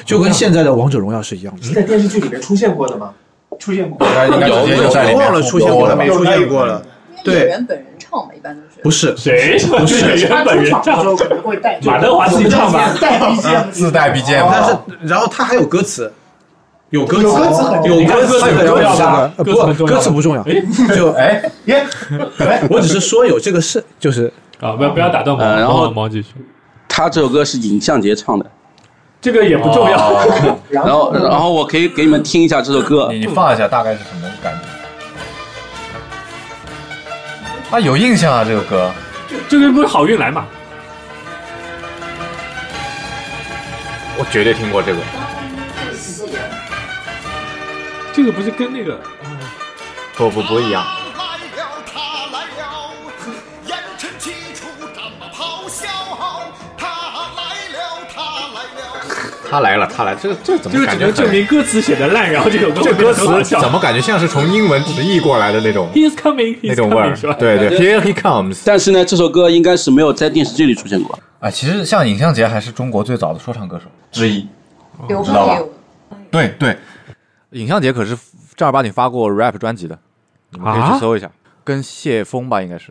D: 就跟现在的王者荣耀是一样的。
C: 是在电视剧里面出现过的吗？出现过，
A: 应该直接就哦在里面
D: 我忘了出现过了没出现过了，对
I: 演员本人唱嘛，一般都是
D: 不是
B: 谁不是原本人
C: 的时
B: 唱
C: 候可能会带
B: 马德华自己唱吧，
C: 带 BGM，
A: 自带 BGM
D: 但
A: 的。
D: 是然后它还有歌词，有歌词，
C: 有歌词很
D: 有歌词，
B: 有歌词
D: 的，
B: 歌词很
D: 不，
B: 重要
D: 歌词不重要，就
A: 哎，
C: 耶，
D: 我只是说有这个事， 就是
B: 啊！不要不要打断我，
H: 呃然后
B: 毛毛继续，
H: 他这首歌是尹相杰唱的，
B: 这个也不重要。
A: 哦
H: 然后然后我可以给你们听一下这首歌
D: 嗯
A: 你，你放一下，大概是什么感觉？啊，有印象啊，这个歌。
B: 这个不是好运来嘛？
A: 我绝对听过这个，
B: 这个不是跟那个
A: 不不不一样。他来了，他来，这个这个怎
B: 这
A: 么
B: 个
A: 感
B: 只
A: 觉
B: 能证
A: 很？
B: 明歌词写的烂，然后这首歌
A: 这歌
B: 很好
A: 词
B: 笑
A: 怎么感觉像是从英文直译过来的那种
B: He's coming，
A: 那种味儿？
B: 对，
A: 对对，Here he comes。
H: 但是呢，这首歌应该是没有在电视剧里出现过。
A: 啊，其实像尹相杰还是中国最早的说唱歌手之一。
I: 刘
A: 知道
I: 邦
A: 吧
I: 也有，
A: 对对，尹相杰可是正儿八经发过 rap 专辑的，你们可以
B: 啊
A: 去搜一下，跟谢峰吧，应该是，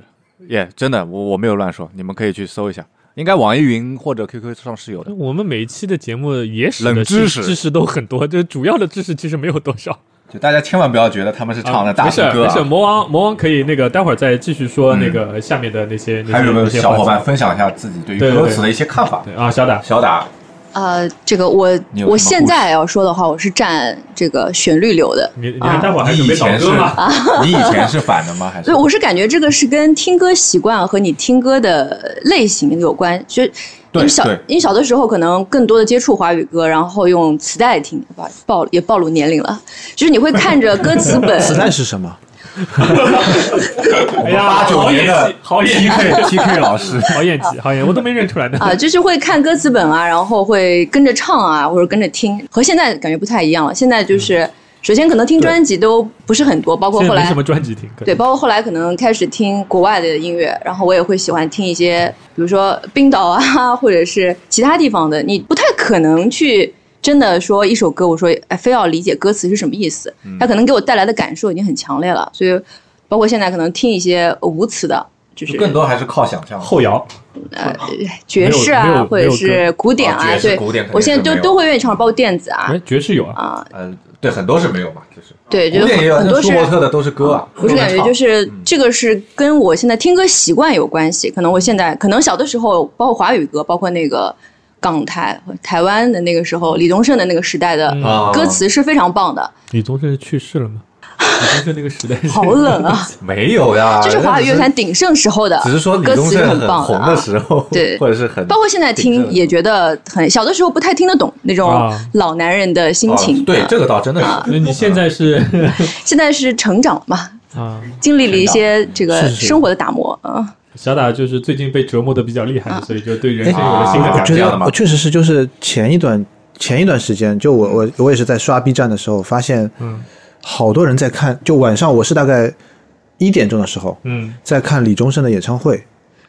A: 耶、真的，我我没有乱说，你们可以去搜一下，应该网易云或者 QQ 上是有的。
B: 我们每一期的节目野史的
A: 冷知识
B: 知识都很多，就主要的知识其实没有多 少。
A: 就大家千万不要觉得他们是唱的大啊
B: 没
A: 师
B: 事
A: 歌、
B: 啊没事，魔王魔王可以那个待会儿再继续说那个下面的那些。那
A: 嗯还
B: 些
A: 有没有
B: 那些
A: 小伙
B: 环节
A: 伴分享一下自己对于
B: 对对
A: 歌
B: 对
A: 词的一些看法？
B: 对啊？小打
A: 小打，
I: 呃，这个我
A: 你有什么
I: 我现在要说的话，我是站这个旋律流的，
B: 你你
I: 啊
B: 看待会儿还
A: 你
B: 准
A: 以
B: 备找
A: 前是
B: 歌吗？，
A: 你以前是反的吗？还是
I: 所以我是感觉这个是跟听歌习惯和你听歌的类型有关，就。
A: 对
I: 你小
A: 对
I: 你小的时候可能更多的接触华语歌，然后用磁带听，吧暴也暴露年龄了。就是你会看着歌词 本，
D: 磁带是什么？
B: 哎
A: 我们
B: 呀，
A: 八九
B: 好
A: 年
B: 演
A: 的
B: 技，好演技，
A: TK TK 老师，
B: 好演技，好演，我都没认出来呢。
I: 啊，就是会看歌词本啊，然后会跟着唱啊，或者跟着听，和现在感觉不太一样了。现在就是，首先可能听专辑都不是很多，包括
B: 现
I: 后
B: 在没
I: 来
B: 什么专辑听，可
I: 对，包括后来可能开始听国外的音乐，然后我也会喜欢听一些，比如说冰岛啊，或者是其他地方的。你不太可能去真的说一首歌，我说哎，非要理解歌词是什么意思，
A: 嗯
I: 它可能给我带来的感受已经很强烈了。所以，包括现在可能听一些无词的，就是
A: 更多还是靠想象。
B: 后摇，
I: 呃爵士
B: 没有没
I: 啊，
B: 有
I: 或者是古典
A: 啊
I: 啊
A: 爵，士
I: 对
A: 古典肯定，是
I: 我现在
A: 没
I: 都
A: 有
I: 都会愿意唱，包括电子啊
B: 哎，，爵士有啊，
I: 啊，
A: 嗯，对，很多是没有嘛，就是
I: 对，就
A: 古典也
I: 是
A: 有，
I: 很多
A: 那
I: 是
A: 舒伯特的都是歌啊。
I: 我是感觉就是这个是跟我现在听歌习惯有关系，可能我现在可能小的时候，包括华语歌，包括那个港台、台湾的那个时候，李宗盛的那个时代的
A: 啊
I: 歌词是非常棒 的，
B: 李宗盛去世了 吗？李宗盛那个时代是
I: 好冷啊！
A: 没有呀，
I: 这是华语乐坛
A: 那
I: 鼎盛时候的
A: 啊只是只是说李
I: 歌
A: 宗
I: 词是
A: 盛
I: 很
A: 很
I: 棒
A: 红
I: 啊
A: 的。时候，
I: 对
A: 或者是很
I: 包括现在听也觉得很小的时候不太听得懂那种
B: 啊
I: 老男人的心
A: 哦
I: 情，
A: 对
I: 啊，
A: 这个倒真的是
B: 那你现在 是
I: 现在是成长了嘛，
B: 啊，
I: 经历了一些这个
D: 是是是
I: 生活的打磨，嗯，
B: 小打就是最近被折磨的比较厉
I: 啊
B: 害，所以就对人生有了新的
A: 啊
B: 感
D: 我觉
A: 这样
D: 得
A: 的吗
D: 我确实是，就是前一段前一段时间，就我我我也是在刷 B 站的时候，发现
B: 嗯
D: 好多人在看，就晚上我是大概一点钟的时候
B: 嗯，
D: 在看李宗盛的演唱会，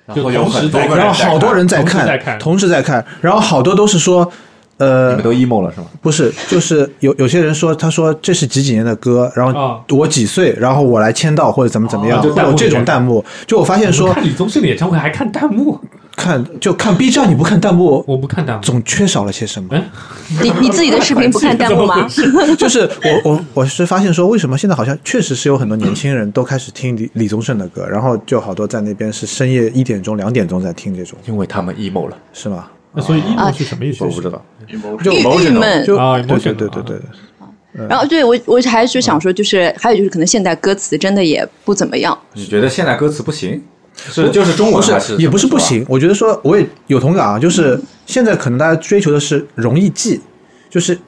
A: 然
B: 就
A: 后有
B: 同时
A: 很多
B: 在
A: 个
B: 看
D: 然后
A: 人
D: 好多人在
B: 同时
D: 看，
B: 在看
D: 同时在看，然后好多都是说，
A: 你
D: 呃
A: 们，都 emo 了是吗？
D: 不是，就是有有些人说，他说这是几几年的歌，然
B: 啊
D: 后我几岁，然后我来签到或者怎么怎么样，
B: 哦就
D: 会
B: 弹幕
D: 有这
B: 里面
D: 种弹幕。就我发现
B: 我
D: 说
B: 看，李宗盛的演唱会还看弹幕，
D: 看就看 B 站，你不看弹幕，
B: 我不看弹幕，
D: 总缺少了些什么。
I: 你你自己的视频不看弹幕
B: 怎么
I: 吗
B: 回？事
D: 就是我我我是发现说，为什么现在好像确实是有很多年轻人都开始听李李宗盛的歌，然后就好多在那边是深夜一点钟、两点钟在听这种，
A: 因为他们 emo 了，
D: 是吗？
B: 那所以
I: 啊
B: emo 是什么意思？
A: 我不知道。
D: 就
I: 郁郁闷
D: 就
B: 啊
D: 对对
B: emotional，
D: 对对
B: 啊
D: 对对，
I: 然后对我，我还是想说，就是、还有就是，可能现代歌词真的也不怎么样。
A: 你觉得现在歌词不行？是就是中文还
D: 不
A: 是
D: 是也不是不行，我觉得说我也有同感啊，就是现在可能大家追求的是容易记，就是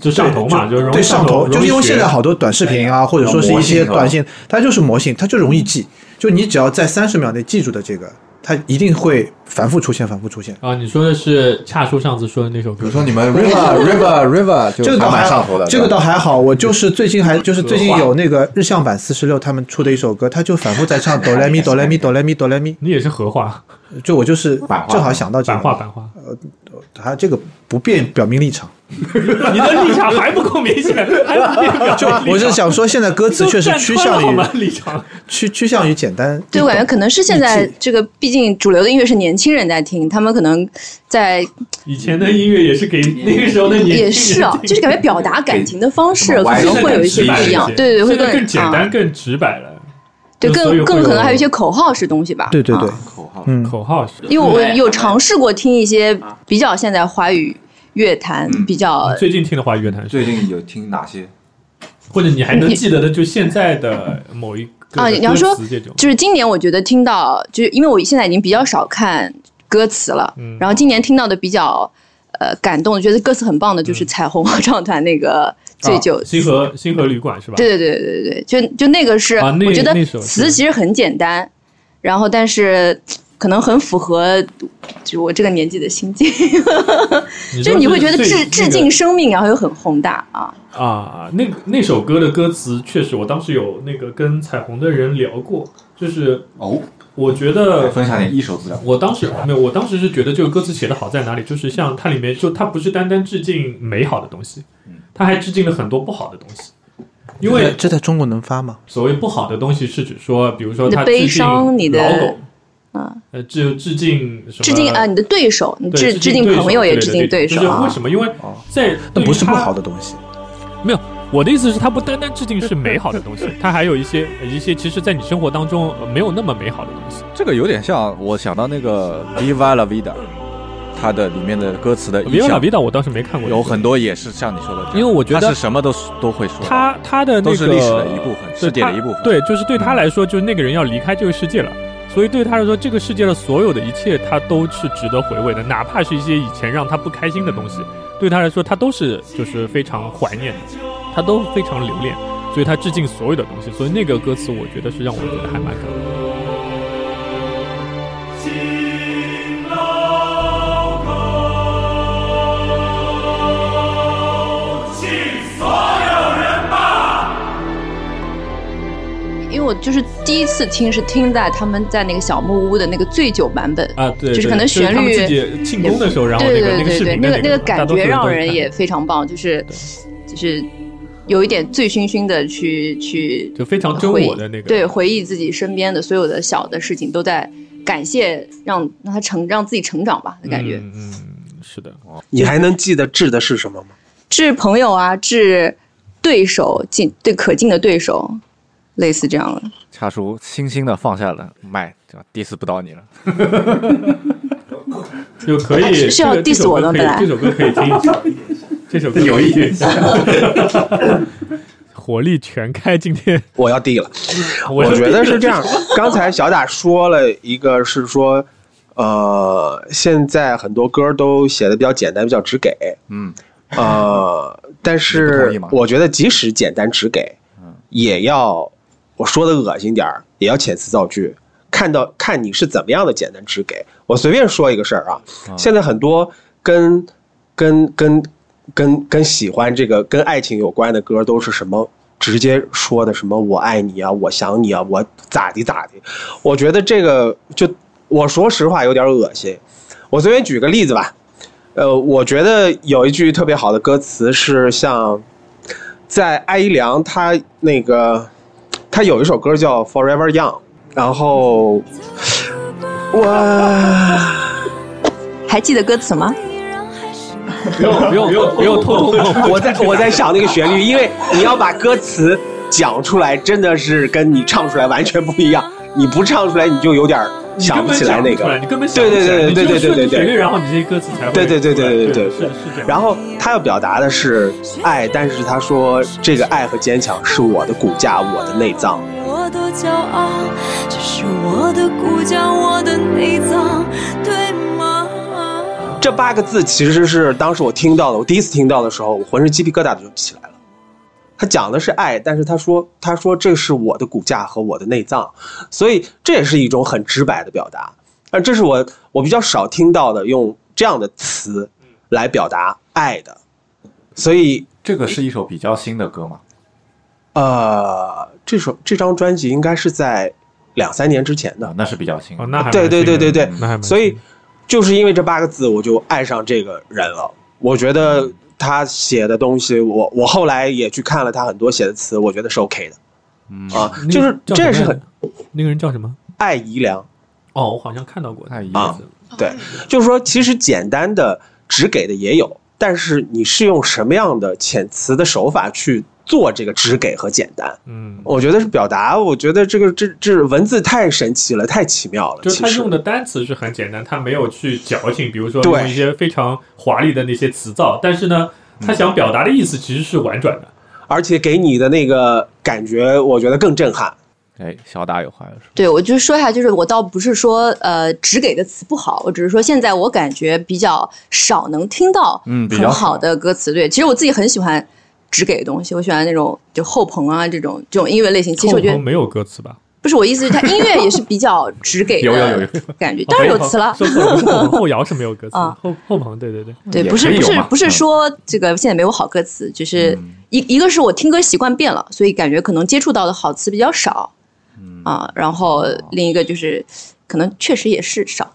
B: 就上头嘛，就容易
D: 对上
B: 头，
D: 头，就是因为现
B: 容
D: 在
B: 易学
D: 好多短视频啊，或者说是一些短信，它就是魔性，它就容易记。就你只要在三十秒内记住的这个，它一定会反复出现，反复出现。
B: 啊，你说的是恰叔上次说的那首
A: 比
B: 歌
A: 如，说你们 river river river 就
D: 这个倒
A: 还
D: 还
A: 蛮上
D: 好
A: 头的，，
D: 这个
A: 对吧
D: 倒还好。我就是最近还就是最近有那个日向版四十六他们出的一首歌，他就反复在唱哆来咪哆来咪哆来咪哆来咪，
B: 你也是荷花
D: 就我就是
A: 版画
D: 正好想到这
B: 版
D: 个
B: 画，版画，
D: 他这个不变表明立场。
B: 你的立场还不够明显，还不代 表
D: 就我是想说，现在歌词确实趋向于
B: 立场，
D: 趋趋向于简单。
I: 对，我感觉可能是现在
D: 理智
I: 这个，毕竟主流的音乐是年轻人在听，他们可能在
B: 以前的音乐也是给那个时候的年轻人
I: 也是啊，
B: 听
I: 就是感觉表达感情的方式
A: 什么
I: 可能
A: 歪
I: 会有一些不一样
B: 现在，
I: 对对，会
B: 现在更
I: 更
B: 简
I: 啊
B: 单、更直白了。
I: 对，
B: 就所以
I: 更
B: 会
I: 更
B: 有
I: 可能还有一些口号式东西吧。
D: 对对对
I: 啊，
A: 口号
D: 嗯，
B: 口号是。
I: 因为我
H: 对
I: 有尝试过听一些
B: 啊
I: 比较现在华语乐坛
A: 嗯
I: 比较
B: 最近听的华语乐坛是，
A: 最近有听哪些？
B: 或者你还能记得的，就现在的某一个
I: 啊你要说
B: 歌词这种，
I: 就是今年我觉得听到，就是因为我现在已经比较少看歌词了，
B: 嗯
I: 然后今年听到的比较呃感动的，觉得歌词很棒的，就是彩虹合唱团那个醉酒。
B: 嗯啊星河星河旅馆是吧？
I: 对对对对对对，就就那个是，
B: 啊那
I: 我觉得
B: 那首是
I: 词其实很简单，然后但是可能很符合就我这个年纪的心境，
B: 你
I: 就
B: 说
I: 是你会觉得
B: 最
I: 致致
B: 那个
I: 敬生命，然后又很宏大啊。
B: 啊，那个那首歌的歌词确实，我当时有那个跟彩虹的人聊过，就是
A: 哦，
B: 我觉得
A: 分享点一手资料。
B: 我当时没有，我当时是觉得这个歌词写的好在哪里，就是像它里面就它不是单单致敬美好的东西，它还致敬了很多不好的东西，因为
D: 这在中国能发吗？
B: 所谓不好的东西是指说，比如说
I: 你的
B: 它致
I: 悲
B: 敬
I: 伤你的
B: 老狗，
I: 嗯，
B: 呃，致致敬什么？
I: 致敬啊，你的对手，你
B: 对
I: 致致敬朋友也致敬
B: 对
I: 对手
B: 就是为
I: 啊。
B: 什么？因为在
D: 那不是不好
B: 的。
D: 的东西。
B: 没有，我的意思是，它不单单致敬是美好的东西，它还有一些一些，其实在你生活当中呃没有那么美好的东西。
A: 这个有点像我想到那个 Viva la vida，它的里面的歌词的
B: v
A: 意
B: i v
A: 象
B: i 我倒是没看过，
A: 有很多也是像你说的这样，
B: 因为我觉得
A: 它是什么都是都会
I: 嗯
A: 说的，
B: 他他的那个
A: 都是历史的一部分，世界的一部分。
B: 对，就是对他来说，就是那个人要离开这个世界了，所以对他来说，这个世界的所有的一切，他都是值得回味的，哪怕是一些以前让他不开心的东西，对他来说，他都是就是非常怀念的，他都非常留恋，所以他致敬所有的东西，所以那个歌词，我觉得是让我觉得还蛮感动的。
I: 因为我就是第一次听是听在他们在那个小木屋的那个醉酒版本
B: 啊，对，
I: 就是可能
B: 对
I: 旋
B: 他们
I: 律
B: 自己庆功的时候，然后那
I: 对
B: 个
I: 对
B: 个
I: 对
B: 视
I: 对，
B: 频
I: 那
B: 的
I: 个
B: 那
I: 那个感觉让人
B: 人
I: 也非常棒，就是就是有一点醉醺醺的去去
B: 就非常真
I: 回
B: 我的那个
I: 对回忆自己身边的所有的小的事情，都在感谢让让他成让自己成长吧的感觉。
B: 嗯嗯是的，
F: 你还能记得治的是什么吗？
I: 致朋友啊，致对手敬对可敬的对手，类似这样的。
A: 恰叔轻轻的放下了麦，就 diss 不到你了。
B: 就可以
I: 哎是是要
B: 这个
I: diss 我的本来
B: 这首歌可以这首歌可以听一下，这首歌有一 点火力全开，今 天
F: 我 要地了。
B: 我
F: 我觉得是这样。刚才小打说了一个，是说，呃，现在很多歌都写的比较简单，比较直给，
A: 嗯，
F: 呃，但
A: 你不同意
F: 是
A: 吗嗯
F: 我觉得即使简单直给，也要我说的恶心点儿，也要遣词造句。看到看你是怎么样的简单直给，我随便说一个事儿啊，现在很多跟跟跟跟跟喜欢这个跟爱情有关的歌都是什么直接说的什么我爱你啊，我想你啊，我咋地咋地，我觉得这个就我说实话有点恶心。我随便举个例子吧，呃，我觉得有一句特别好的歌词是像，在艾依良她那个，她有一首歌叫《Forever Young》，然后我
I: 还记得歌词吗？
B: 不用不用不用偷偷摸摸
F: 我在我在想那个旋律，因为你要把歌词讲出来，真的是跟你唱出来完全不一样。你不唱出来，你就有点儿
B: 你
F: 想
B: 根
F: 不
B: 本
F: 起来
B: 想
F: 那
B: 出来
F: 个。
B: 你根本想不
F: 对
B: 起来
F: 对
B: 你
F: 对
B: 就
F: 对对
B: 顺着
F: 对对
B: 旋律，然后你这些歌词才会
F: 对对对对对对
B: 对
F: 对
B: 是
F: 对
B: 是这样。
F: 然后他要表达的是爱，但是他说这个爱和坚强是我的骨架，我的内脏。
G: 我多骄傲，这是我的骨架，我的内脏，对吗？
F: 这八个字其实是当时我听到的，我第一次听到的时候，我浑身鸡皮疙瘩就起来了。他讲的是爱，但是他说他说这是我的骨架和我的内脏，所以这也是一种很直白的表达。而这是我我比较少听到的用这样的词来表达爱的，所以
A: 这个是一首比较新的歌嘛？
F: 呃，这首这张专辑应该是在两三年之前的
A: 啊，，那是比较新的。
B: 哦，那还蛮
F: 对
B: 幸
F: 对
B: 运
F: 对对
B: 的
F: 对
B: 那还蛮
F: 所
B: 幸运
F: 以
B: 的
F: 就是因为这八个字，我就爱上这个人了。我觉得他写的东西，我我后来也去看了他很多写的词，我觉得是 OK 的。嗯啊，
B: 那个
F: 就是
B: 叫
F: 这
B: 什
F: 是
B: 么
F: 很
B: 那个人叫什么？
F: 爱姨良，
B: 哦，我好像看到过
A: 太一
F: 啊
A: 样
F: 对，就是说其实简单的只给的也有，但是你是用什么样的遣词的手法去做这个只给和简单？
B: 嗯，
F: 我觉得是表达，我觉得这个这这文字太神奇了，太奇妙了。
B: 就是他
F: 其实
B: 用的单词是很简单，他没有去矫情，比如说
F: 对
B: 用一些非常华丽的那些词藻，但是呢，他想表达的意思其实是婉转的。
F: 而且给你的那个感觉，我觉得更震撼。
A: 哎，小打有话要说。
I: 对，我就说一下，就是我倒不是说呃只给的词不好，我只是说现在我感觉比较少能听到
A: 嗯比较
I: 很好的歌词。对，其实我自己很喜欢只给的东西，我喜欢那种就后朋啊这种这种音乐类型。其实我觉
B: 后
I: 得
B: 宫没有歌词吧？
I: 不是我意思，是它音乐也是比较只给
A: 有有有有
I: 的 感
B: 哦
I: 觉，当然有词了。
B: 说错了，不是后 门后摇是没有歌词的
I: 啊，
B: 后后旁对对对，
I: 对，
A: 也
I: 不是
A: 可以
I: 不
A: 有
I: 是
A: 嘛
I: 不是
A: 嗯
I: 说这个现在没有好歌词，就是一一个是我听歌习惯变了，所以感觉可能接触到的好词比较少，
A: 嗯
I: 啊，然后
A: 哦
I: 另一个就是可能确实也是少，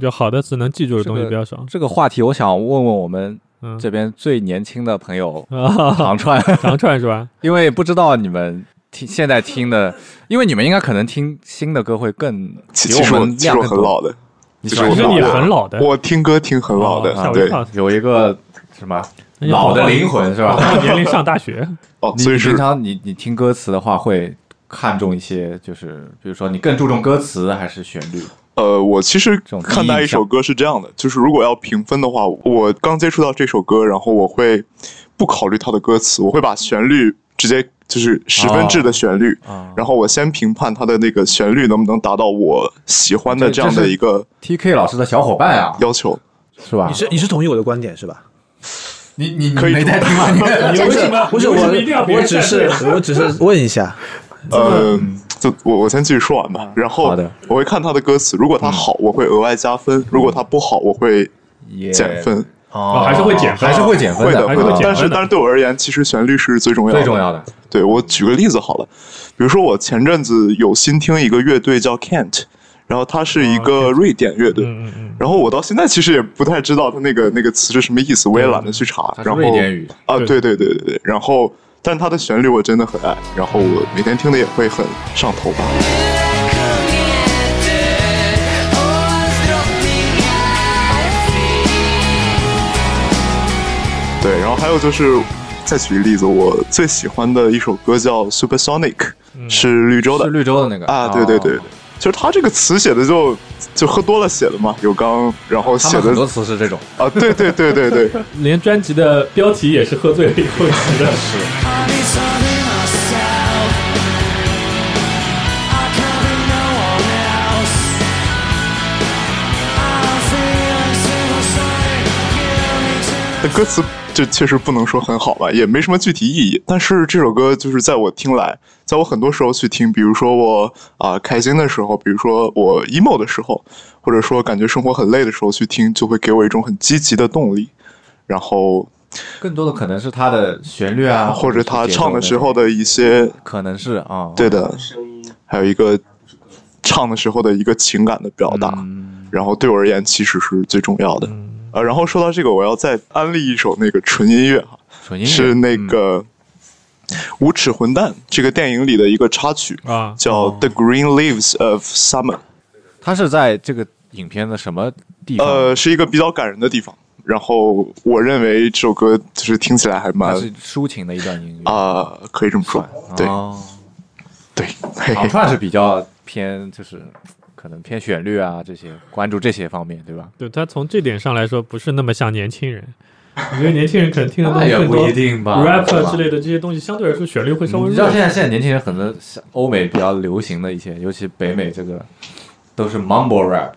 B: 就好的词能记住的东西比较少。
A: 这个话题，我想问问我们
B: 嗯
A: 这边最年轻的朋友
B: 啊，
A: 唐 川，
B: 长串是吧？
A: 因为不知道你们听现在听的，因为你们应该可能听新的歌会更
J: 其
A: 比
J: 其实
A: 我
J: 我
A: 们
J: 其实
A: 量
J: 我
A: 更
J: 很
A: 多。
J: 老的，
A: 你
J: 其
A: 喜
J: 实
A: 欢
J: 我
B: 其实
A: 听
B: 你
A: 老
B: 很
A: 的
B: 老的，
J: 我听歌听很老的
B: 哦吓，我一
J: 对
B: 跳，
A: 有一个什么
B: 那就
A: 老的灵魂是吧
B: 好好年龄上大学，
J: 哦，
A: 你
J: 所以
A: 你平
J: 是
A: 常你你听歌词的话，会看重一些，就是比如说你更注重歌词还是旋律？
J: 呃，我其实
A: 种第一
J: 看待一
A: 印象
J: 首歌是这样的，就是如果要评分的话，我刚接触到这首歌，然后我会不考虑它的歌词，我会把旋律直接就是十分制的旋律，
A: 啊
J: 然后我先评判它的那个旋律能不能达到我喜欢的
A: 这
J: 这样
A: 这
J: 的
A: 是
J: 一个
A: T K 老师的小伙伴啊，
J: 要求。
A: 是吧
D: 你？是你是同意我的观点是吧？
A: 你你
J: 可以
A: 没在听吗？你
B: 你为什么
D: 不是
B: 你
D: 我
B: 为什么一定要，别
D: 我
B: 人
D: 只
B: 站队
D: 是我只是问一下，
J: 呃，就我我先继续说完吧。然后
A: 好的
J: 我会看他的歌词，如果他好，我会额外加分；如果他不好，我会
A: 也
J: 减分。
A: 哦
B: 哦还是会减分
A: 呃还是会减分
J: 会的，
B: 还
J: 会
B: 是会
J: 的
B: 减。
J: 但
B: 分
J: 是，
B: 的
J: 但是对我而言，其实旋律是最重要的。
A: 最重要的。
J: 对我举个例子好了，比如说我前阵子有新听一个乐队叫 Kent，然后它是一个瑞典乐队，
B: 啊嗯嗯嗯，
J: 然后我到现在其实也不太知道它那个那个词是什么意思，我也懒得去查。
A: 它是
J: 然后
A: 瑞典语
J: 啊，
B: 对
J: 对对对对对，然后但它的旋律我真的很爱，然后我每天听的也会很上头吧。对，然后还有就是，再举个例子，我最喜欢的一首歌叫《Supersonic》，是
A: 嗯
J: 绿洲的
A: 是绿洲的那个
J: 啊，对对对，对
A: 哦
J: 就是他这个词写的就就喝多了写的嘛，有刚，然后
A: 他
J: 写
A: 们很多
J: 的
A: 词是这种，
J: 啊，对对对对对，
B: 连专辑的标题也是喝醉了以后起的。
J: 那歌词这确实不能说很好吧，也没什么具体意义。但是这首歌就是在我听来，在我很多时候去听，比如说我啊、开心的时候，比如说我 emo 的时候，或者说感觉生活很累的时候去听，就会给我一种很积极的动力。然后
A: 更多的可能是他的旋律啊，
J: 或者他
A: 是节奏
J: 唱的时候的一些
A: 可能是啊，
J: 对的，还有一个唱的时候的一个情感的表达，
A: 嗯
J: 然后对我而言其实是最重要的。呃，然后说到这个，我要再安利一首那个纯音乐哈，
A: 纯音乐
J: 是那
A: 嗯
J: 个《无耻混蛋》这个电影里的一个插曲
B: 啊
J: 叫《The
A: 哦
J: Green Leaves of Summer》，
A: 他是在这个影片的什么地方？
J: 呃，是一个比较感人的地方。然后我认为这首歌就是听起来还蛮
A: 它是抒情的一段音乐，
J: 啊、可以这么说，对
A: 哦
J: 对，嘿
A: 长
J: 嘿。
A: 串是比较偏，就是可能偏旋律啊这些，关注这些方面，对吧？
B: 对他从这点上来说，不是那么像年轻人。我觉得年轻人可能听的东西
A: 那也
B: 更
A: 不
B: 多
A: 一定吧
B: ，rap
A: 是吧
B: 之类的这些东西，相对来说旋律会稍微
D: 嗯
A: 你知道
B: 弱一
A: 现
B: 些。
A: 在现在年轻人很多像欧美比较流行的一些，尤其北美这个都是 mumble rap，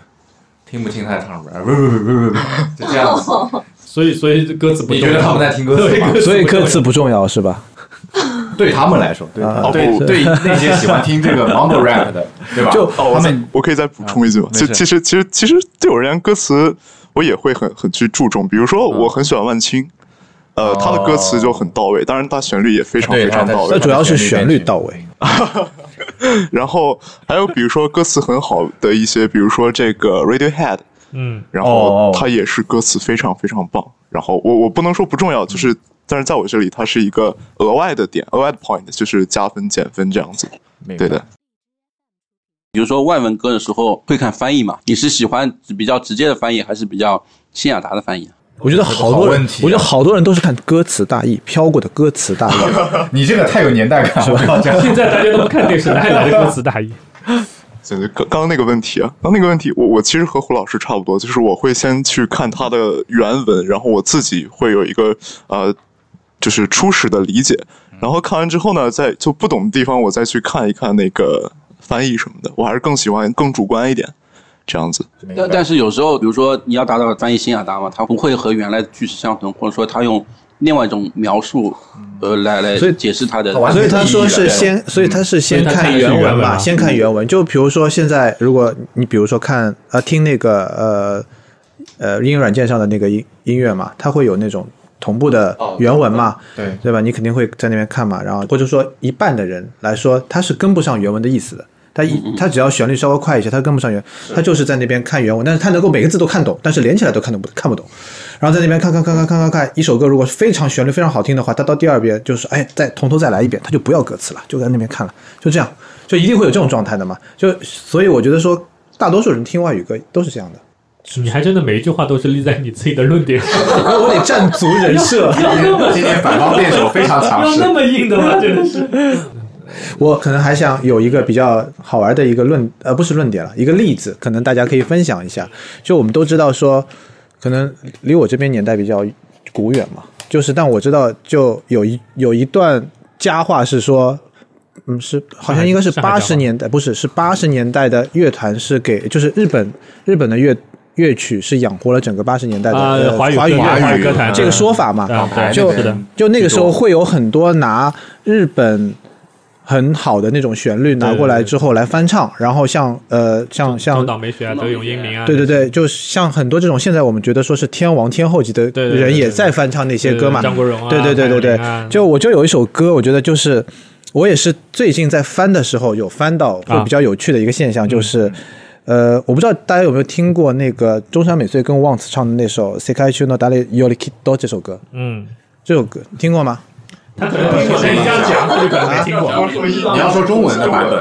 A: 听不清他在唱什么，不不不不不，就这样 子。
B: 所以所以歌词不
A: 你
B: 重
A: 觉得他们
B: 要。
A: 在听歌词吗？
D: 所以歌词不重要是吧？
A: 对他们来说，对
D: 啊
A: 对
J: 哦
A: 对那些喜欢听这个 mumble rap 的，对吧？
D: 就
A: 他们
J: 我可以再补充一句吗？
A: 啊没
J: 就
A: 事
J: 其实其实其实对我而言，歌词我也会很很去注重。比如说，我很
A: 嗯
J: 喜欢万青，呃，他的歌词就很到位，当然他旋律也非常
A: 哦对
J: 非常
A: 他的
J: 到
D: 那
J: 位。
D: 主要是旋律到位。
J: 然后还有比如说歌词很好的一些，比如说这个 Radiohead，
B: 嗯，
J: 然
A: 哦哦
J: 后他也是歌词非常非常棒。然后我我不能说不重要，
A: 嗯
J: 就是但是在我这里，它是一个额外的点，额外的 point，就是加分减分这样子。
A: 明白
J: 对的，
H: 比如说外文歌的时候会看翻译嘛？你是喜欢比较直接的翻译，还是比较新雅达的翻译？
D: 我觉得好多
A: 好
D: 人
A: 问，题啊
D: 我觉得好多人都是看歌词大意，飘过的歌词大意。
A: 你这个太有年代感了，我要讲
B: 现在大家都不看电视，哪里来的歌词大意？
J: 对对，刚刚刚那个问题啊，刚那个问题，我我其实和胡老师差不多，就是我会先去看他的原文，然后我自己会有一个呃，就是初始的理解，然后看完之后呢，再就不懂的地方，我再去看一看那个翻译什么的，我还是更喜欢更主观一点这样子。
H: 但但是有时候，比如说你要达到翻译新雅达嘛，它不会和原来的句式相同，或者说它用另外一种描述，呃，来来
D: 嗯所以
H: 解释它的。
A: 好玩
D: 所以他说是先，所以他是先看
B: 所以
D: 原
B: 他看
D: 文
B: 原文
D: 吧，
B: 嘛
D: 先看原文。就比如说现在，如果你比如说看呃听那个呃呃音乐软件上的那个音音乐嘛，它会有那种同步的原文嘛，
A: 对
D: 对吧？你肯定会在那边看嘛，然后或者说一半的人来说，他是跟不上原文的意思的。他一他只要旋律稍微快一些，他跟不上原，他就是在那边看原文，但是他能够每个字都看懂，但是连起来都看懂不看不懂。然后在那边看看看看看看看，一首歌如果是非常旋律非常好听的话，他到第二遍就是哎，再从头再来一遍，他就不要歌词了，就在那边看了，就这样，就一定会有这种状态的嘛。就所以我觉得说，大多数人听外语歌都是这样的，
B: 你还真的每一句话都是立在你自己的论点 上，
D: 因为我得站足人设，
A: 今天今天反方辩手非常强
B: 要
A: 势
B: 那，么硬的吗？真的是。
D: 我可能还想有一个比较好玩的一个论，呃，不是论点了，一个例子，可能大家可以分享一下。就我们都知道说，可能离我这边年代比较古远嘛，就是但我知道就有一有一段佳话是说。嗯，是好像应该是
B: 上海
D: 八十
B: 上海佳话
D: 年代，不是是八十年代的乐团是给，就是日本日本的乐乐曲是养活了整个八十年代的、
B: 啊
D: 呃、
B: 华语
D: 华语
B: 歌
D: 乐
B: 华
D: 坛
B: 语歌坛
D: 这个说法嘛，
B: 啊，对，
D: 就是
B: 的，
D: 就那个时候会有很多拿日本很好的那种旋律拿过来之后来翻唱，然后像呃像像
B: 中岛美雪啊，德永英明啊，
D: 对对对，就是像很多这种现在我们觉得说是天王天后级的
B: 对对对
D: 人也
B: 对
D: 在翻唱那些
B: 对
D: 歌嘛，
B: 张国荣啊，
D: 对对对对对
B: 潘粤明啊，
D: 就我就有一首歌，我觉得就是我也是最近在翻的时候有翻到会比较有趣的一个现
B: 嗯
D: 象，就是。呃，我不知道大家有没有听过那个中山美穗跟旺子唱的那首《世界中の誰よりきっと》这首歌，
B: 嗯，
D: 这首歌你听过吗？
B: 他可能听过，人家讲，他就可能没听过。
A: 你要说中文的版本，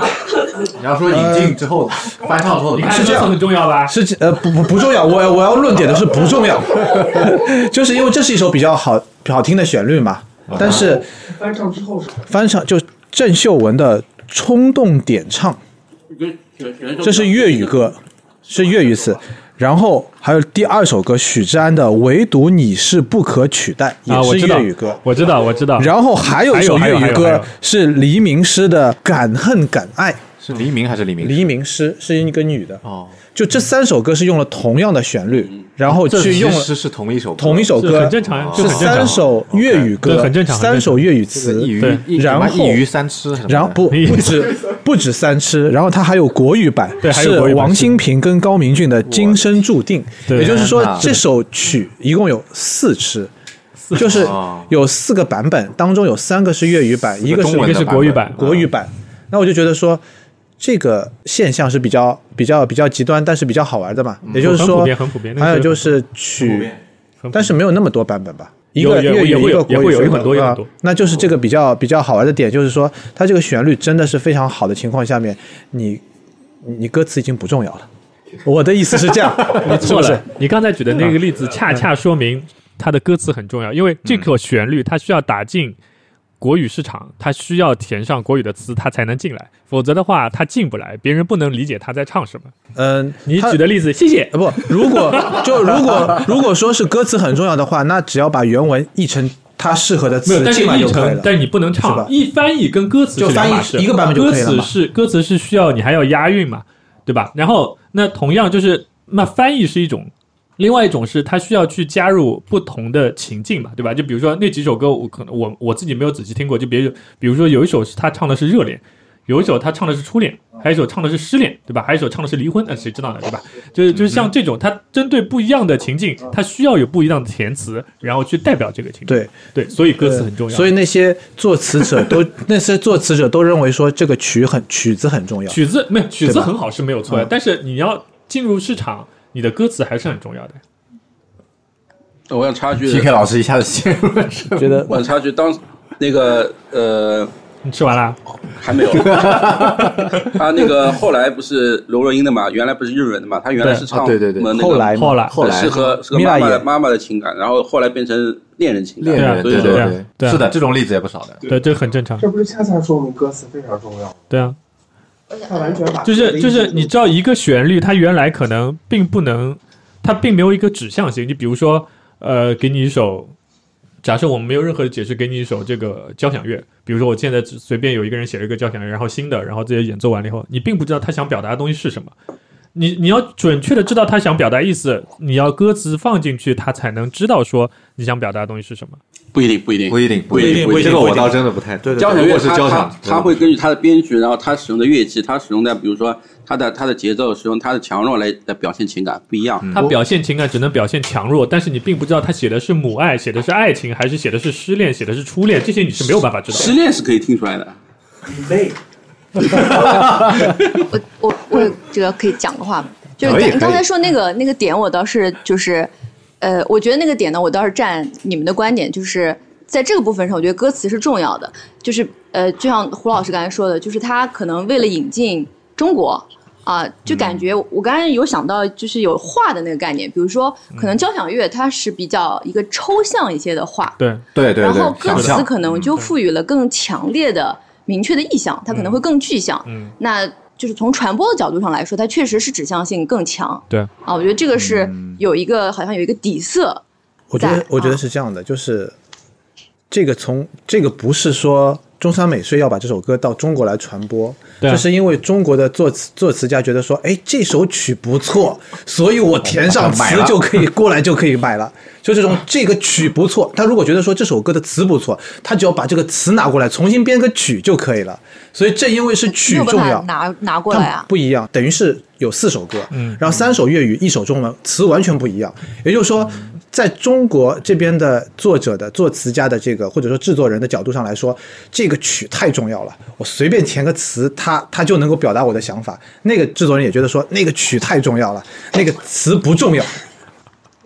A: 你要说引进之后翻唱之后的
B: 你
A: 版
B: 看
A: 本，
B: 这很重要吧？
D: 是呃不不不重要，我我要论点的是不重要， 就是因为这是一首比较好好听的旋律嘛，
B: 啊
D: 但是
C: 翻唱之后是
D: 翻唱就郑秀文的《冲动点唱》，这是粤语歌，是粤语词。然后还有第二首歌许志安的《唯独你是不可取代》，
B: 啊，我
D: 也
B: 知
D: 是
B: 道
D: 粤语歌。，
B: 我知道，我知道。
D: 然后还有一首
B: 还有
D: 粤
B: 还
D: 语
B: 有还有
D: 歌是黎明诗的《敢恨敢爱》，
A: 是黎明还是黎明？
D: 黎明诗是一个女的。啊
A: 哦，
D: 就这三首歌是用了同样的旋律，然后
A: 这
D: 去
A: 其
D: 用了
A: 实是同一首歌
D: 同一首
B: 是
D: 歌，
B: 很正常
D: 是
B: 就很正常
D: 三首粤语歌，
B: 对很正常很正常
D: 三首粤语
A: 这个
D: 词
A: 一，鱼
B: 对
A: 一
D: 然后
A: 什么一鱼三吃什么的，
D: 然后不
B: 意思
D: 不止不止三吃，然后它还有国语版，
B: 对还有
D: 是
B: 国语版
D: 王心平跟高明俊的《今生注定》，
B: 对
D: 也就是说
A: 天哪
D: 这首曲一共有四吃。就是
A: 哦
D: 有四个版本，当中有三个是粤语版，一个是
A: 中文
B: 一
A: 的
B: 个是国语版
D: 国语版。那我就觉得说，这个现象是比较比较比较极端，但是比较好玩的嘛。也就
B: 嗯
D: 是
B: 很普
D: 说
B: 遍很普遍，那个
D: 还有
B: 是
D: 就
B: 很
D: 是曲，
B: 很
D: 但是没有那么多版本吧。一
B: 有
D: 个
B: 有
D: 粤
B: 也
D: 语，
B: 会
D: 一
B: 有
D: 个国
B: 也会
D: 语
B: 有
D: 什
B: 有
D: 么
B: 很多有
D: 的
B: 很
D: 啊
B: 多
D: 那就是这个比较比较好玩的点，就是说它这个旋律真的是非常好的情况下面，你你你歌词已经不重要了。我的意思是 这样，你
B: 错了，嗯你刚才举的那个例子，恰恰说明它的歌词很重要，因为这个旋律它需要打进国语市场，它需要填上国语的词，它才能进来，否则的话它进不来，别人不能理解他在唱什么。
D: 嗯，
B: 你
D: 它
B: 举的例子，谢谢
D: 啊。不，如果就如果如果说是歌词很重要的话，那只要把原文译成它适合的
B: 没有，
D: 词
B: 但是
D: 进来
B: 译
D: 就可以
B: 成，
D: 了。
B: 但是你不能
D: 是吧
B: 唱，一翻译跟歌词
D: 就是
B: 两
D: 翻译
B: 码事
D: 一个版本就
B: 歌
D: 可以了
B: 词
D: 嘛
B: 是歌词是需要你还要押韵嘛，对吧？然后那同样就是那翻译是一种另外一种是它需要去加入不同的情境嘛，对吧？就比如说那几首歌，我可能我我自己没有仔细听过，就别比如说有一首是他唱的是热恋，有一首他唱的是初恋，还有一首唱的是失恋，对吧？还有一首唱的是离婚，那、呃谁知道呢，对吧？就是就是像这种，它针对不一样的情境，它需要有不一样的填词，然后去代表这个情境。
D: 对
B: 对，所以歌词很重要。
D: 所以那些作词 者都那些作词者都认为说这个曲很曲子很重要。
B: 曲子没有曲
D: 对
B: 子
D: 吧
B: 很好是没有错的，
D: 嗯
B: 但是你要进入市场，你的歌词还是很重要的。
H: 我想插一句
A: PK 老师一下子陷入了深
D: 觉得
H: 我想插一句，当那个呃
B: 你吃完了？
H: 还没有， 他啊那个后来不是罗若英的嘛，原来不是日本的嘛，他原来是唱
A: 啊对对对
H: 那个
D: 后来嘛
B: 后来
A: 后来
H: 是和是和
D: 米拉
H: 妈妈的
D: 也
H: 妈妈的情感，然后后来变成恋人情感，
A: 恋人，
H: 所以
A: 对
H: 说
B: 对
A: 对
B: 对
A: 是的，这种例子也不少的。
B: 对，这很正常。
C: 这不是恰恰说明歌词非常重要？
B: 对啊，
C: 他完全把
B: 就是就是，你知道一个旋律，它原来可能并不能，它并没有一个指向性。就比如说，呃，给你一首，假设我们没有任何的解释，给你一首这个交响乐，比如说我现在只随便有一个人写了一个交响乐，然后新的，然后这些演奏完了以后，你并不知道他想表达的东西是什么。你你要准确的知道他想表达意思，你要歌词放进去，他才能知道说你想表达的东西是什么。
H: 不一定不一定
A: 不一定，
H: 不一定不一
A: 这
H: 定
A: 个
H: 不一
A: 我
H: 定
A: 倒真的不太。对
H: 交响
A: 如
H: 乐
A: 果是
H: 它
A: 交
H: 它
A: 响，嗯
H: 它会根据它的编曲，然后它使用的乐器，它使用的比如说它的它的节奏，使用它的强弱来来表现情感不一样。
A: 嗯
B: 他表现情感只能表现强弱，但是你并不知道他写的是母爱，写的是爱情，还是写的是失恋，写的是初恋，这些你是没有办法知道
H: 失
B: 的。
H: 恋是可以听出来的，
C: 累，
I: 我我我这个可以讲个话吗？就是
A: 可以
I: 你刚
A: 可以
I: 才说那个那个点，我倒是就是，呃，我觉得那个点呢，我倒是站你们的观点，就是在这个部分上，我觉得歌词是重要的。就是呃，就像胡老师刚才说的，就是他可能为了引进中国啊、就
A: 嗯
I: 感觉我刚才有想到，就是有画的那个概念，比如说可
A: 嗯
I: 能交响乐它是比较一个抽象一些的画，
B: 对，
A: 对对
I: 然后
A: 对，
I: 歌
A: 想
I: 词
A: 象
I: 可能
B: 嗯
I: 就赋予了更强烈的、明确的意象，它可能会更具象。
B: 嗯，
I: 那就是从传播的角度上来说，它确实是指向性更强。
B: 对
I: 啊，我觉得这个是有一个、好像有一个底色。
D: 我觉得
I: 在
D: 我觉
I: 啊
D: 得是这样的，就是这个从这个不是说中山美穗要把这首歌到中国来传播，
B: 对啊
D: 这是因为中国的作词作词家觉得说，哎，这首曲不错，所以我填上
A: 买
D: 词
A: 了
D: 就可以过来就可以买了。就这种这个曲不错，他如果觉得说这首歌的词不错，他只要把这个词拿过来重新编个曲就可以了。所以正因为是曲
I: 哎没有办
D: 重
I: 法
D: 要，
I: 拿拿过来啊
D: 它。不一样，等于是有四首歌，然后三首粤语，一首中文，词完全不一样。也就是说，在中国这边的作者的作词家的这个或者说制作人的角度上来说，这个曲太重要了，我随便填个词，它它就能够表达我的想法。那个制作人也觉得说，那个曲太重要了，那个词不重要。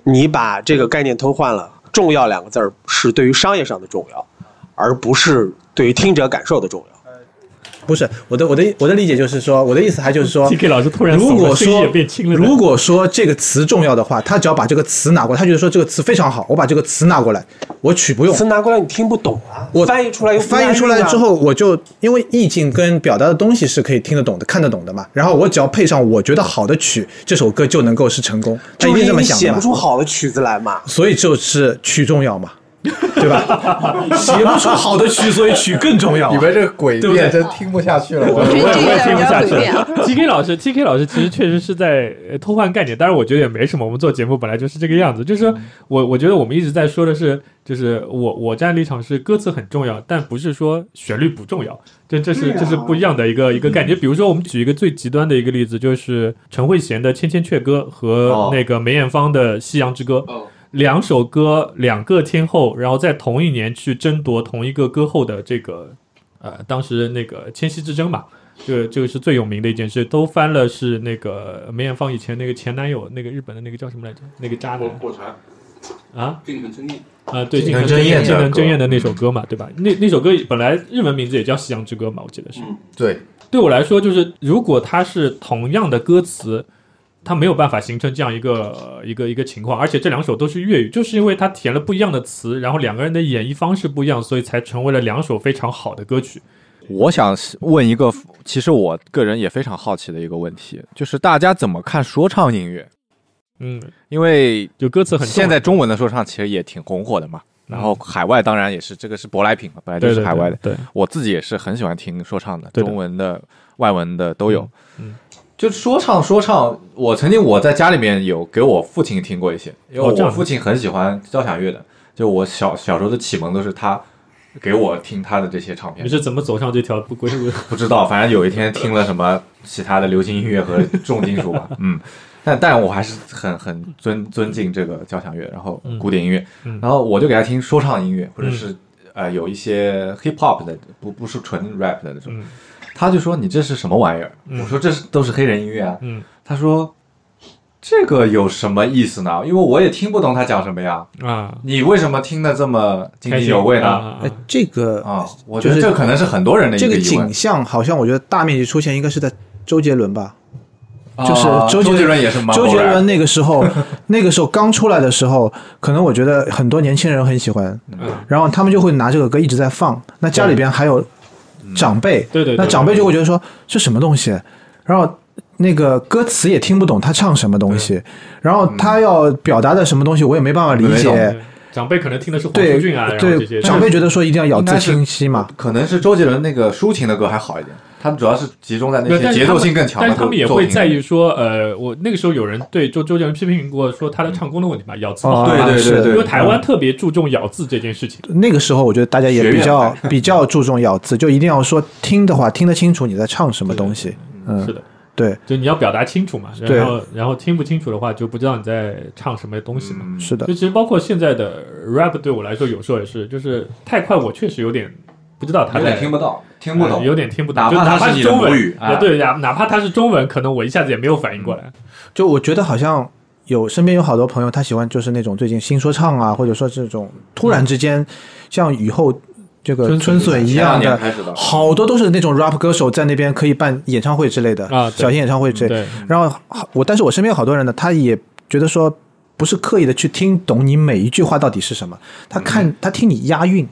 F: 你把这个概念偷换了，“重要”两个字儿是对于商业上的重要，而不是对于听者感受的重要。
D: 不是我的我的我的理解就是说，我的意思还就是说
B: TK 老师突然
D: 如
B: 怂
D: 果
B: 了声音
D: 说
B: 也变轻了
D: 如果说这个词重要的话，他只要把这个词拿过来，他觉得说这个词非常好，我把这个词拿过来，我曲不用
F: 词。拿过来你听不懂啊，
D: 我
F: 翻译出来又不押韵啊
D: 翻译出来之，后，我就因为意境跟表达的东西是可以听得懂的、看得懂的嘛。然后我只要配上我觉得好的曲，这首歌就能够是成功。他一
F: 就
D: 定
F: 是
D: 这
F: 因为
D: 么
F: 哎你
D: 想的
F: 写
D: 嘛
F: 不。出好的曲子来嘛。
D: 所以就是曲重要嘛，对吧？ 写不出好的曲，所以曲更重要啊、
A: 你们这诡辩真听不下去了，我
I: 我觉得
B: 我
I: 这个
B: 也
I: 有
B: 听
I: 点
B: 不下去
I: 诡辩。啊
B: TK 老师，TK 老师其实确实是在呃偷换概念，当然我觉得也没什么，我们做节目本来就是这个样子。就是说我我觉得我们一直在说的是，就是我我站立场是歌词很重要，但不是说旋律不重要，这这是这是不一样的一个一个概念。比如说我们举一个最极端的一个例子，就是陈慧娴的《千千阙歌》和
A: 哦
B: 那个梅艳芳的《夕阳之歌》。两首歌，两个天后，然后在同一年去争夺同一个歌后的这个，呃，当时那个千禧之争嘛，这个这个是最有名的一件事，都翻了是那个梅艳芳以前那个前男友，那个日本的那个叫什么来着？那个渣男啊
H: 并成争议。
B: 啊，对，
A: 近
B: 近
A: 藤
B: 藤
A: 真
B: 真
A: 彦
B: 彦，近
A: 的
B: 藤
A: 歌
B: 真彦的那首歌嘛，对吧？那那首歌本来日文名字也叫《夕阳之歌》嘛，我记得是。
A: 对
B: 对我来说，就是如果它是同样的歌词，它没有办法形成这样一个、一个一个情况，而且这两首都是粤语，就是因为它填了不一样的词，然后两个人的演绎方式不一样，所以才成为了两首非常好的歌曲。
A: 我想问一个，其实我个人也非常好奇的一个问题，就是大家怎么看说唱音乐？
B: 嗯，
A: 因为
B: 就歌词很重要嗯
A: 现在中文的说唱其实也挺红火的嘛，然后海外当然也是，这个是舶来品嘛，本来就
B: 对
A: 是
B: 对
A: 海外的。
B: 对，
A: 我自己也是很喜欢听说唱的，
B: 对的
A: 中文的、外文的都有。
B: 嗯
A: 就说唱说唱，我曾经我在家里面有给我父亲听过一些，因
B: 哦这
A: 为
B: 样
A: 我父亲很喜欢交响乐的，就我小小时候的启蒙都是他给我听他的这些唱片
B: 你。是怎么走上这条不归路的？
A: 不知道，反正有一天听了什么其他的流行音乐和重金属 吧，嗯，但但我还是很很尊尊敬这个交响乐，然后古典音乐，
B: 嗯
A: 然后我就给他听说唱音乐，或者是、呃有一些 hip hop 的，不不是纯 rap 的那种，
B: 嗯
A: 他就说你这是什么玩意儿？
B: 嗯
A: 我说这是都是黑人音乐啊，
B: 嗯
A: 他说这个有什么意思呢？因为我也听不懂他讲什么呀，
B: 啊，
A: 你为什么听得这么津
B: 开
A: 津
B: 心
A: 有味呢？啊
B: 啊
D: 哎，这个
A: 我觉得这可能是很多人的一
D: 这个
A: 疑问
D: 景。象，好像我觉得大面积出现应该是在周杰伦吧。就是
A: 啊
D: 周杰
A: 杰伦也是蛮
D: 周
A: 偶
D: 杰
A: 然
D: 伦那个时 候，那个时候刚出来的时候，可能我觉得很多年轻人很喜欢，
B: 嗯
D: 然后他们就会拿这个歌一直在放。那家里边还有长辈，
B: 嗯对对对
D: 那长辈就会觉得说这什么东西，然后那个歌词也听不懂他唱什么东西，然后他要表达的什么东西我也没办法理
A: 没
B: 嗯
D: 解。
B: 长辈可能听的是黄
D: 对
B: 舒骏啊，然后这些
D: 对，长辈觉得说一定要咬
A: 应
D: 字
A: 该是
D: 清晰嘛，
A: 可能是周杰伦那个抒情的歌还好一点，他主要是集中在那
B: 对但
A: 些节
B: 是他
A: 奏
B: 们
A: 性更强的
B: 但
A: 作品。
B: 是他们也会在意说，呃，我那个时候有人对周周杰伦批评过，说他的唱功的问题嘛，咬字不好。
A: 对
D: 啊
A: 对
D: 是
A: 对对，
B: 因为台湾特别注重咬字这件事情。
D: 那个时候我觉得大家也比较比较注重咬字，就一定要说听的话听得清楚你在唱什么东西。嗯
B: 是，的，
D: 对，
B: 就你要表达清楚嘛，
D: 嗯对
B: 然后然后听不清楚的话，就不知道你在唱什么东西嘛。
D: 是的
B: 就，其实包括现在的 rap 对我来说，有时候也是，就是太快，我确实有点不知道他
A: 有
B: 在
A: 点听不到，听不
B: 呃
A: 懂，
B: 有点听不懂，
A: 哪
B: 就
A: 怕
B: 哪
A: 它
B: 怕
A: 是你的
B: 中
A: 母语
B: 文，
A: 啊
B: 呃对呀，哪怕他是中文，可能我一下子也没有反应过
D: 嗯
B: 来。
D: 就我觉得好像有身边有好多朋友，他喜欢就是那种最近新说唱啊，或者说这种突然之间像雨后这个
B: 春
D: 春笋一样
A: 前两
D: 的
A: 年开始的，
D: 好多都是那种 rap 歌手在那边可以办演唱会之类的
B: 啊对
D: 小型演唱会之类
A: 嗯
D: 的。
B: 对，
D: 然后好我，但是我身边有好多人呢，他也觉得说不是刻意的去听懂你每一句话到底是什么，他看、
A: 嗯
D: 他听你押韵，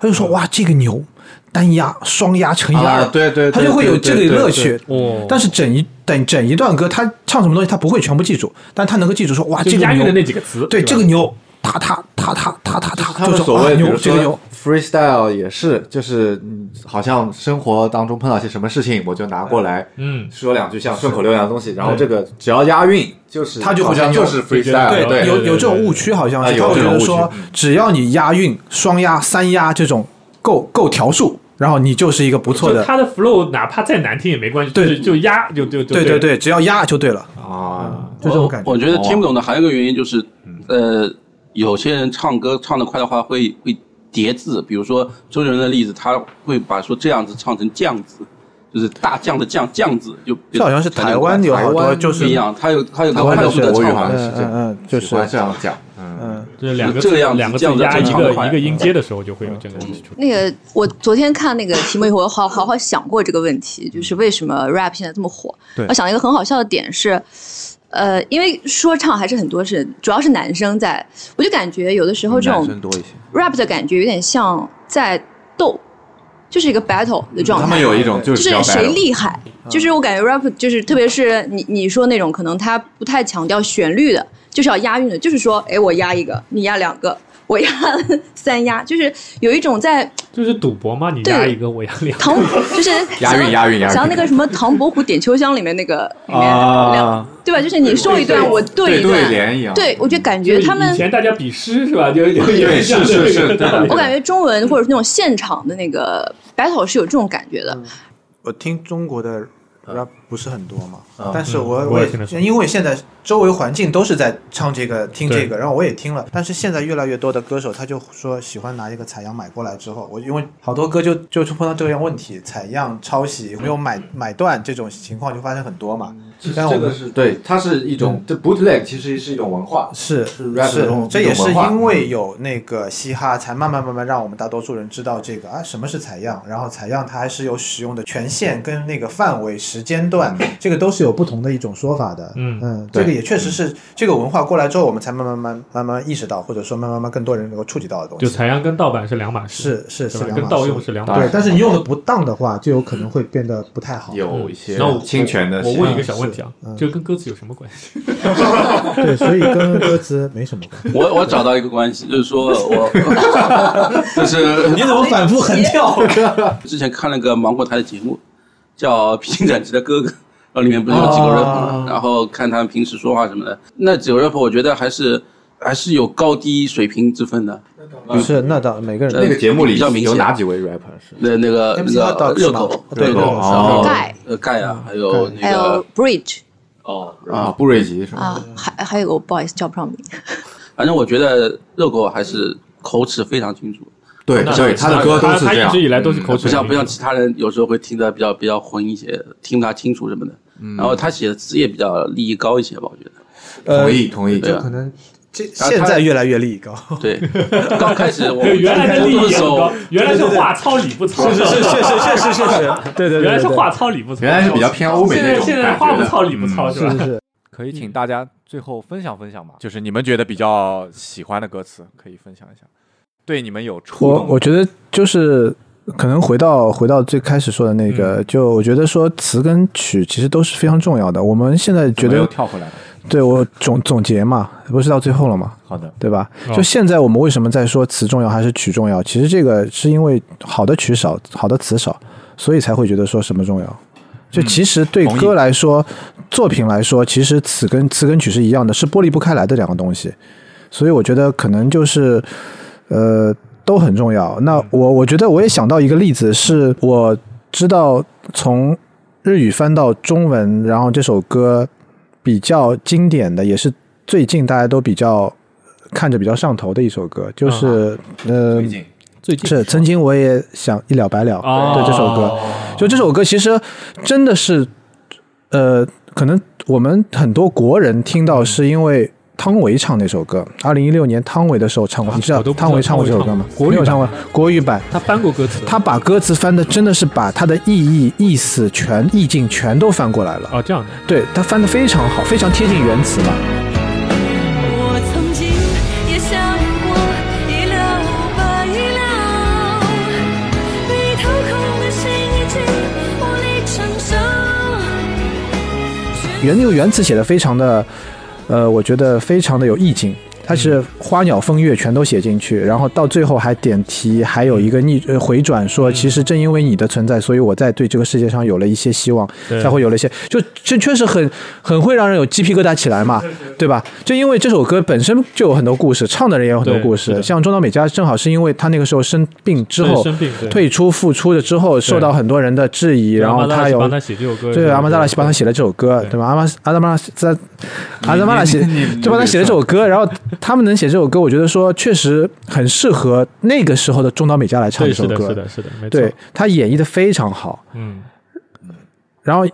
D: 他就说哇这个牛，单押、双押、乘以二、
A: 啊对对对
D: 他就会有这个
A: 对对对
D: 乐趣。
B: 哦
D: 但是整一等整一段歌，他唱什么东西他不会全部记住，但他能够记住说哇
B: 就
D: 啊这个
B: 押韵的
D: 牛，
B: 那几个词，
D: 对
B: 吧
D: 这个牛，他他他他他他他，
A: 他
D: 就
A: 们
D: 说
A: 所谓
D: 啊
A: 比
D: 牛
A: 如
D: 这个牛
A: 说 freestyle 也是，就是嗯好像生活当中碰到些什么事情，我就拿过来
B: 嗯，
A: 说两句像顺口溜一样的东西，然后这个只要押韵，就是
D: 他就会
A: 好像
D: 觉
A: 就
D: 得
A: 是
B: 对对
A: freestyle，
B: 对
A: 啊对，
D: 有
B: 对
D: 有这种误区，好像
A: 啊
D: 是
A: 有
D: 他会
A: 这
D: 觉
A: 种
D: 得
A: 误区
D: 说
A: 嗯，
D: 只要你押韵、双押、三押这种够够条数，然后你就是一个不错
B: 就
D: 的。
B: 他的 flow 哪怕再难听也没关系，
D: 对
B: 就是就压就就就
D: 对对
B: 对，
D: 对，只要押就对了，
A: 啊，
D: 就这种感觉。嗯
H: 我觉得听不懂的还有一个原因就是，呃，有些人唱歌唱得快的话会会叠字，比如说周杰伦的例子，他会把说这样子唱成酱子，就是大酱的酱酱子，就
D: 这好像是台湾有好
A: 台
D: 多
A: 湾
D: 就
H: 不
D: 是
H: 一样，他有他有
D: 台
H: 个
D: 湾
H: 快
D: 的
H: 速的
A: 国语
H: 唱
A: 好
H: 法
A: 像。是这样，
D: 嗯嗯嗯就是
A: 喜欢这样讲，嗯，
D: 嗯，
B: 就是两个
H: 这
B: 字
H: 样子
B: 两个字
H: 这样子
B: 压
H: 正
B: 一
H: 常的嗯
B: 个
H: 快
B: 一个音阶的时候就会有这个问题出来。
I: 那个，我昨天看那个题目以后，我好好好想过这个问题，就是为什么 rap 现在这么火
D: 对？
I: 我想了一个很好笑的点是，呃，因为说唱还是很多是主要是男生在，我就感觉有的时候这
A: 男
I: 种
A: 生多一些，
I: rap 的感觉有点像在斗，就是一个 battle 的状
A: 嗯
I: 态。
A: 他们有一种就
I: 就是
A: 比
I: 是
A: 较
I: 谁
A: battle
I: 厉害，
B: 嗯
I: 就是我感觉 rap 就是特别是你你说那种可能他不太强调旋律的，就是要押韵的，就是说，哎，我押一个，你押两个， 我押三押，就是有一种在
B: 就是赌博嘛，你
I: 对
B: 压一个，我压两个。
I: 唐，就是
A: 押韵
I: 想
A: 押韵押韵
I: 想那个什么唐伯虎点秋香里面那个里面两，
A: 啊，
I: 对吧？就是你说一段，我
A: 对
I: 一段，
A: 联一样，
I: 对我就感觉他
B: 就
I: 们
B: 以前大家比诗是 吧？就有点
A: 对是是是对
I: 我感觉中文或者是那种现场的那个 battle 是有这种感觉的，
D: 我听中国的 rap 不是很多嘛，
A: 嗯
D: 但是我
B: 嗯我
D: 我
B: 也听得
D: 也因为现在周围环境都是在唱这个听这个，然后我也听了，但是现在越来越多的歌手他就说喜欢拿一个采样买过来之后，我因为好多歌就就是碰到这样问题，采样抄袭没有买买断这种情况就发生很多嘛，
A: 这
D: 但我
A: 这个是对，它是一种这 bootleg 其实是一种文化，
D: 是
A: 是 rap 的这种
D: 这也是
A: 文化嗯
D: 因为有那个嘻哈，才慢慢慢慢让我们大多数人知道这个啊什么是采样，然后采样它还是有使用的权限跟那个范围、时间段，这个都是有不同的一种说法的。
B: 嗯
D: 嗯，
A: 嗯对
D: 这个也确实是这个文化过来之后，我们才慢慢慢慢慢意识到，或者说慢慢慢慢更多人能够触及到的东
B: 就
D: 西。
B: 采样跟盗版是两码事，
D: 是是是
B: 对吧？
D: 两
B: 跟
D: 码
B: 盗
D: 事
B: 用。是两码
D: 对
B: 事，。
D: 但是你用的不当的话，就有可能会变得不太好。
A: 有一些
B: 那我
A: 侵权的
B: 我
A: 行为。
B: 问一个小问题啊
D: 是嗯，
B: 这跟歌词有什么关系？
D: 对，所以跟歌词没什么关系。
H: 我我找到一个关系，就是说 我，就是
D: 你怎么反复横跳？
H: 之前看了个芒果台的节目，叫《披荆斩棘的哥哥》，然后里面不是有几个
D: 哦
H: rapper，、然后看他们平时说话什么的，那几个 rapper 我觉得还是还是有高低水平之分的。
D: 是那当每个人
H: 呃
A: 那个节目里
H: 比较明显
A: 有哪几位 rapper 是？
H: 那那个
D: MC
H: 那个
D: Hotdog
H: 热
D: 是吗
H: 狗，
D: 对
H: 对
D: 热狗
H: 然后
I: 盖哎
H: 呃盖
B: 嗯
H: 啊，还有
I: 还
H: 那
I: 有
H: 个
I: Bridge
H: 哦
A: 啊，布瑞吉是吗？
I: 啊，还还有个我不好意思叫不上名，
H: 反正我觉得热狗还是口齿非常清楚，
A: 对对，他的歌都是
B: 他
A: 这
B: 一
A: 样嗯
B: 直。以来都是口齿
H: 不像不像其他人有时候会听得比较比较混一些，听不大清楚什么的。
B: 嗯
H: 然后他写的词也比较立意高一些吧，我觉得。
A: 同意呃同意，
H: 对啊
D: 可能这
H: 然后
D: 现
H: 他
D: 在越来越利益高，
H: 对， 刚开始我
B: 原来的利益
H: 的时
B: 很
H: 候
B: 高，，原来是话糙理不糙，
D: 确实确 实确实，对对对，
B: 原来是
D: 对
B: 话糙理不糙，
A: 原来是比较偏欧美
B: 现
A: 那
B: 在
A: 种
B: 现在
A: 感
B: 话不
A: 觉
B: 糙
A: 的。
B: 理不糙是吧
D: 嗯是？是是，
A: 可以请大家最后分享分享嘛，就是你们觉得比较喜欢的歌词，可以分享一下，对你们有触
D: 我
A: 动
D: 我觉得就是可能回到回到最开始说的那个，就我觉得说词跟曲其实都是非常重要的。我们现在觉
A: 没有
D: 得
A: 跳回来了。
D: 对我总总结嘛，不是到最后了嘛，
A: 好的，
D: 对吧？
B: 哦
D: 就现在我们为什么在说词重要还是曲重要？其实这个是因为好的曲少，好的词少，所以才会觉得说什么重要。就其实对
A: 嗯同意
D: 歌来说，作品来说，其实词跟词跟曲是一样的，是剥离不开来的两个东西。所以我觉得可能就是，呃，都很重要。那
B: 嗯
D: 我我觉得我也想到一个例子，是我知道从日语翻到中文，然后这首歌比较经典的，也是最近大家都比较看着比较上头的一首歌，就是、呃
A: 最，近
B: 啊最近
D: 是曾经我也想一了百了，
B: 哦
D: 对这首歌，就这首歌其实真的是，呃，可能我们很多国人听到是因为。汤唯唱那首歌，二零一六年汤唯的时候唱过，你知
B: 啊
D: 道
B: 我都不知道
D: 汤唯唱过这首歌吗？
B: 汤唯唱过
D: 没有唱过国语版，
B: 他翻过歌词，
D: 他把歌词翻的真的是把他的意义、意思全意境全都翻过来了，
B: 哦这样的，
D: 对他翻的非常好，非常贴近原词嘛。
G: 我曾经也想过一了百了，被掏空的心已经无力承受。
D: 原那个原词写的非常的，呃，我觉得非常的有意境。它是花鸟风月全都写进去，然后到最后还点题，还有一个逆呃回转说，其实正因为你的存在，所以我在对这个世界上有了一些希望，
B: 对
D: 才会有了一些，就这确实很很会让人有鸡皮疙瘩起来嘛，对吧？就因为这首歌本身就有很多故事，唱的人也有很多
B: 对
D: 故
B: 是的
D: 事，像中岛美嘉正好是因为她那个时候生病之
B: 对
D: 后
B: 生病对
D: 退出复出了之后，受到很多人的质疑，然后
B: 阿达拉
D: 她
B: 西
D: 有
B: 帮他写这首歌，
D: 对，阿曼达拉西帮他写了这首歌，
B: 对
D: 对吧？阿曼阿达曼拉西在阿达曼拉西
A: 你你
D: 就帮他写了这首歌，然后他们能写这首歌，我觉得说确实很适合那个时候的中岛美嘉来唱
B: 对
D: 这
B: 是
D: 首
B: 的是
D: 歌，
B: 的是的，没错，
D: 对他演绎的非常好。
B: 嗯，
D: 然后，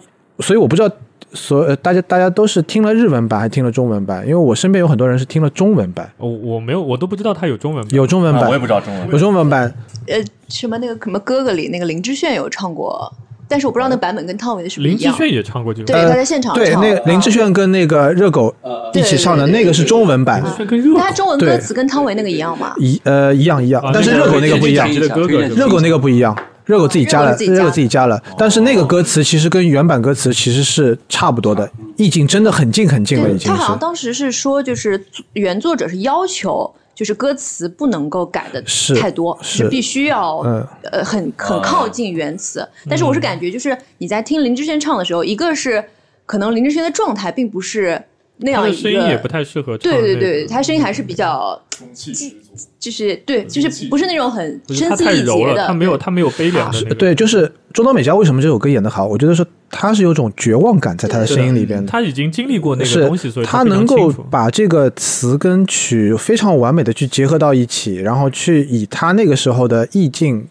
D: 所以我不知道所呃大家大家都是听了日文版还是听了中文版，因为我身边有很多人是听了中文版，
B: 我我没有我都不知道他有中文版，
D: 有中文
A: 啊啊我也
D: 版，
A: 不知道中文
D: 有中文版，
I: 呃，什么那个什么哥哥里那个林志炫有唱过，但是我不知道那版本跟汤唯的是不是
B: 林
I: 一
B: 志
I: 样。
B: 炫也唱过这首歌，
I: 对，
D: 呃
I: 他在现场
D: 对，
I: 唱
D: 那
I: 的
D: 个林志炫跟那个热狗
A: 呃
D: 一起唱的
I: 对对对
D: 那个是中文版
B: 林，志炫跟热
I: 但他
B: 狗
I: 中文歌
D: 对
I: 词跟汤唯那个一样吗？
D: 一呃一样一样
B: 啊，
D: 但是
B: 那
D: 热狗那个不一样。
B: 推荐
H: 推
B: 热
H: 荐
D: 热狗那个不一样，热狗自己加了，
I: 热
D: 热狗
I: 狗自
D: 自己
I: 己
A: 哦
D: 加了，但是那个歌词其实跟原版歌词其实是差不多的，意境真的很近很近了，
I: 对，
D: 已经
I: 他好像
D: 是。
I: 当时是说，就是作原作者是要求，就是歌词不能够改的
D: 是
I: 太多，
D: 是
I: 必须要、
D: 嗯
I: 呃很很靠近原词。但是我是感觉，就是你在听林志炫唱的时候，一个是可能林志炫的状态并不是那
B: 他
I: 样
B: 的
I: 一
B: 声音
I: 个
B: 也不太适合唱
I: 对
B: 那个，
I: 对对，他声音还是比较就是对，就是不是那种很
B: 不是
I: 声
B: 他
I: 嘶
B: 太
I: 力
B: 柔
I: 竭
B: 了，
I: 的，
B: 他没有他没有悲凉的那个，
D: 对，啊就是中岛美嘉为什么这首歌演得好？我觉得说她是有种绝望感在她的
B: 是
D: 声音里边的，
B: 他已经经历过那个
D: 是
B: 东西，所以
D: 她
B: 非常
D: 能够
B: 清楚
D: 把这个词跟曲非常完美的去结合到一起，然后去以她那个时候的意境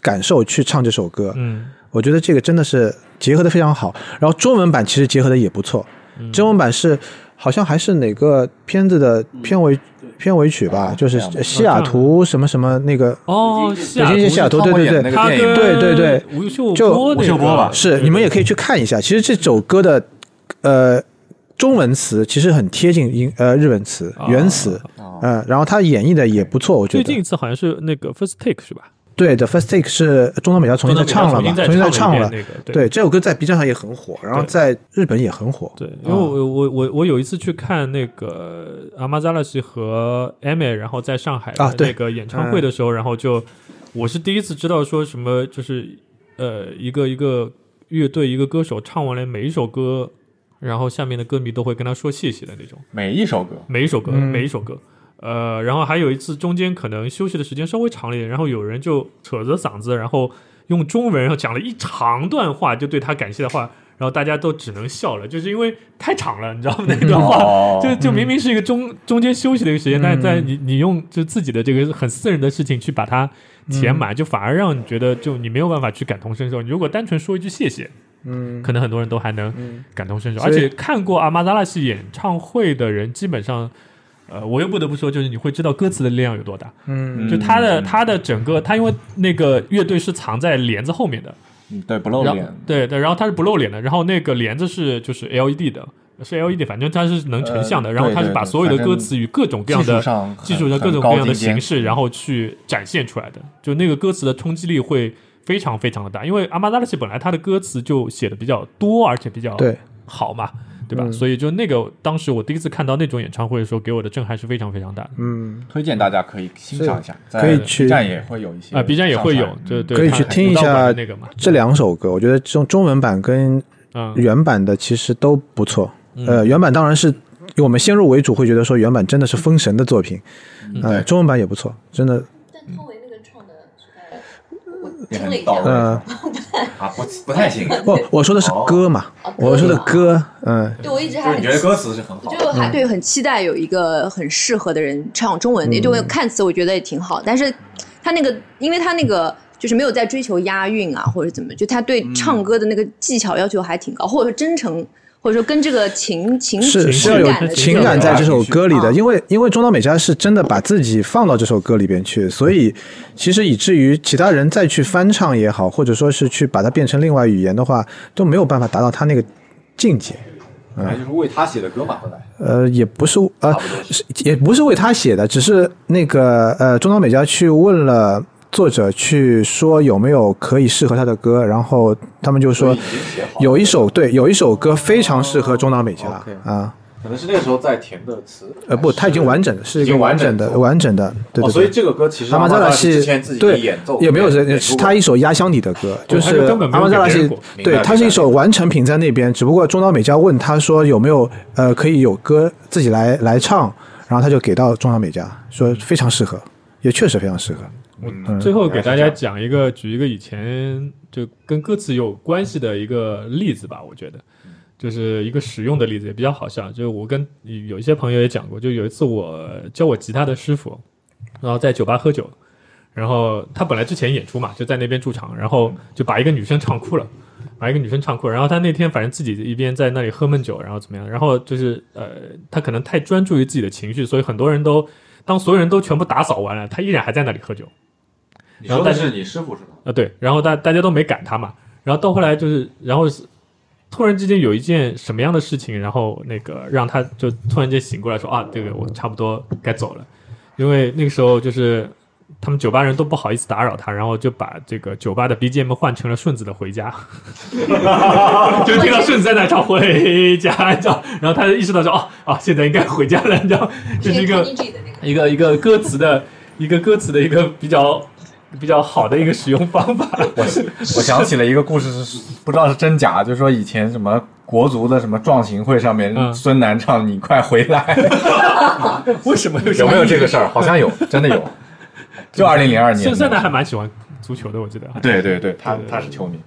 D: 感受去唱这首歌。
B: 嗯
D: 我觉得这个真的是结合的非常好。然后中文版其实结合的也不错，
B: 嗯
D: 中文版是好像还是哪个片子的片尾、片尾曲吧，就是西雅图什么什么那个，
B: 哦，西
D: 北京西雅图，对
A: 汤唯演
D: 对
A: 的那
D: 对
A: 个。
B: 他
A: 电影
B: 跟
D: 对对对
B: 吴秀
D: 就
B: 波那
A: 吴秀波
B: 个
A: 吧
D: 是，你们也可以去看一下。其实这首歌的，呃，中文词其实很贴近英呃日文词原词，
A: 啊
D: 嗯、然后他演绎的也不错，我觉
B: 最
D: 得。
B: 近一次好像是那个 first take 是吧？
D: 对，The First Take 是中岛美嘉重新再唱了嘛，
B: 重
D: 重新再
B: 唱
D: 唱
B: 了
D: 了
B: 一。遍那个，
D: 对，这首歌在 B 站上也很火，然后
B: 对
D: 在日本也很火。
B: 对，因为我我我我有一次去看那个阿玛扎拉西和 a m 然后在上海
D: 啊
B: 的
D: 对嗯
B: 那个演唱会的时候，然后就我是第一次知道说什么就是呃一个一个乐队一个歌手唱完了每一首歌，然后下面的歌迷都会跟他说谢谢的那种。
A: 每一首歌，
B: 每一首歌，每一首歌。呃，然后还有一次中间可能休息的时间稍微长了一点，然后有人就扯着嗓子，然后用中文然后讲了一长段话，就对他感谢的话，然后大家都只能笑了，就是因为太长了，你知道吗？那段话、
A: 哦
B: 就就明明是一个中中间休息的一个时间，但是在你你用就自己的这个很私人的事情去把它填满，就反而让你觉得就你没有办法去感同身受。你如果单纯说一句谢谢，
D: 嗯，
B: 可能很多人都还能感同身受。
D: 所
B: 而
D: 以
B: 且看过阿玛达拉西演唱会的人，基本上，呃，我又不得不说，就是你会知道歌词的力量有多大。
D: 嗯，
B: 就他的
A: 嗯
B: 他的整个，他因为那个乐队是藏在帘子后面的，
A: 嗯对不露
B: 然后
A: 脸，
B: 对对，然后它是不露脸的，然后那个帘子是就是 LED 的，是 LED，反正它是能成像的，
A: 呃
B: 然后它是
A: 对
B: 把
A: 对对
B: 所有的
A: 反
B: 歌
A: 正
B: 词与各种各样的
A: 技术上很
B: 技术上各
A: 很
B: 种
A: 高
B: 各样的
A: 精尖
B: 形式，然后去展现出来的，就那个歌词的冲击力会非常非常的大，因为阿玛达拉西本来他的歌词就写的比较多，而且比较
D: 对
B: 好嘛。对吧？
D: 嗯
B: 所以就那个，当时我第一次看到那种演唱会的时候，给我的震撼是非常非常大的。
D: 嗯，
A: 推荐大家可以欣赏一下，在
D: 可以去
A: B 站也会有一些
B: 啊，B 站也会有
A: 上，传
B: 对
A: 嗯
B: 对，
D: 可以
B: 它
D: 去
B: 它
D: 听一
B: 不到版的
D: 下
B: 那个嘛。
D: 这两首歌，我觉得这种中文版跟
B: 嗯，
D: 原版的其实都不错。呃，原版当然是我们先入为主会觉得说原版真的是封神的作品，
B: 嗯
D: 呃，中文版也不错，真的。
I: 但汤唯那个唱的是
A: 也
I: 听了一
A: 很
I: 下
A: 到位
D: 呃，
A: 啊，不不太行，
D: 不，哦我说的是歌嘛，
I: 哦
D: 我说的歌，嗯、
I: 对我一直
A: 就是
I: 还
A: 你觉得歌词是很好
I: 我
A: 的，
I: 就还对很期待有一个很适合的人唱中文的，就我看词我觉得也挺好，但是他那个，因为他那个就是没有在追求押韵啊，或者怎么，就他对唱歌的那个技巧要求还挺高，或者说真诚，或者说跟这个情情
D: 是是要
I: 情感
D: 有
I: 的
D: 情感
I: 这
D: 在
I: 种
D: 这首歌里的，
I: 嗯
D: 因为因为中岛美嘉是真的把自己放到这首歌里边去，所以其实以至于其他人再去翻唱也好，或者说是去把它变成另外语言的话，都没有办法达到他那个境界。
A: 哎就是为他写的歌嘛，后来
D: 呃，也不是呃
A: 差，不多是。
D: 也不是为他写的，只是那个呃，中岛美嘉去问了作者，去说有没有可以适合他的歌，然后他们就
A: 所
D: 说
A: 以已经写好了
D: 有一首对，有一首歌非常适合中岛美嘉
A: 哦，OK
D: 啊，
A: 可能是那个时候在填的词，
D: 呃不，他已经完整的，是一
A: 已
D: 个
A: 经完
D: 完整的
A: 整
D: 完整的，对对
A: 哦，
D: 对。
A: 所以这个歌其实
D: 阿玛扎
A: 扎
D: 拉
A: 西
D: 西
A: 之前自己
D: 对
A: 演奏
D: 也没有
A: 演
D: 人，
A: 出
D: 是
A: 过
D: 他一首压箱底的歌，
B: 对
D: 就是
B: 他就根本没
D: 阿
B: 有
D: 玛扎拉
B: 给别人
D: 西
B: 过，
A: 明
D: 对
A: 白，
D: 他是一首完成品在那边，只不过中岛美嘉问他说有没有呃可以有歌自己来来唱，然后他就给到中岛美嘉说非常适合，也确实非常适合，
B: 嗯最后给大家讲一个，举一个以前就跟歌词有关系的一个例子吧，我觉得就是一个实用的例子，也比较好笑。就是我跟有一些朋友也讲过，就有一次我教我吉他的师傅，然后在酒吧喝酒，然后他本来之前演出嘛，就在那边驻场，然后就把一个女生唱哭了，把一个女生唱哭了。然后他那天反正自己一边在那里喝闷酒，然后怎么样，然后就是呃，他可能太专注于自己的情绪，所以很多人都当所有人都全部打扫完了，他依然还在那里喝酒。
A: 你
B: 然后
A: 说
B: 但
A: 的
B: 是
A: 是你师傅是吗？
B: 啊，对，然后大大家都没赶他嘛，然后到后来就是，然后是突然之间有一件什么样的事情，然后那个让他就突然间醒过来说啊，这个我差不多该走了，因为那个时候就是他们酒吧人都不好意思打扰他，然后就把这个酒吧的 BGM 换成了顺子的《回家》，就听到顺子在那唱《回家》，你知道，然后他就意识到说哦啊，现在应该回家了，你知道，这是一个。一个一个歌词的一个歌词的一个比较比较好的一个使用方法。
A: 我想起了一个故事，是不知道是真假，就是说以前什么国足的什么壮行会上面，
B: 嗯
A: 孙楠唱“你快回来
B: 为什么”，
A: 有没有这个事儿？好像有，真的有，就二零零二年
B: 现
A: 的。
B: 现在还蛮喜欢足球的，我记得。
A: 对对对，他
B: 对对
A: 他是球迷，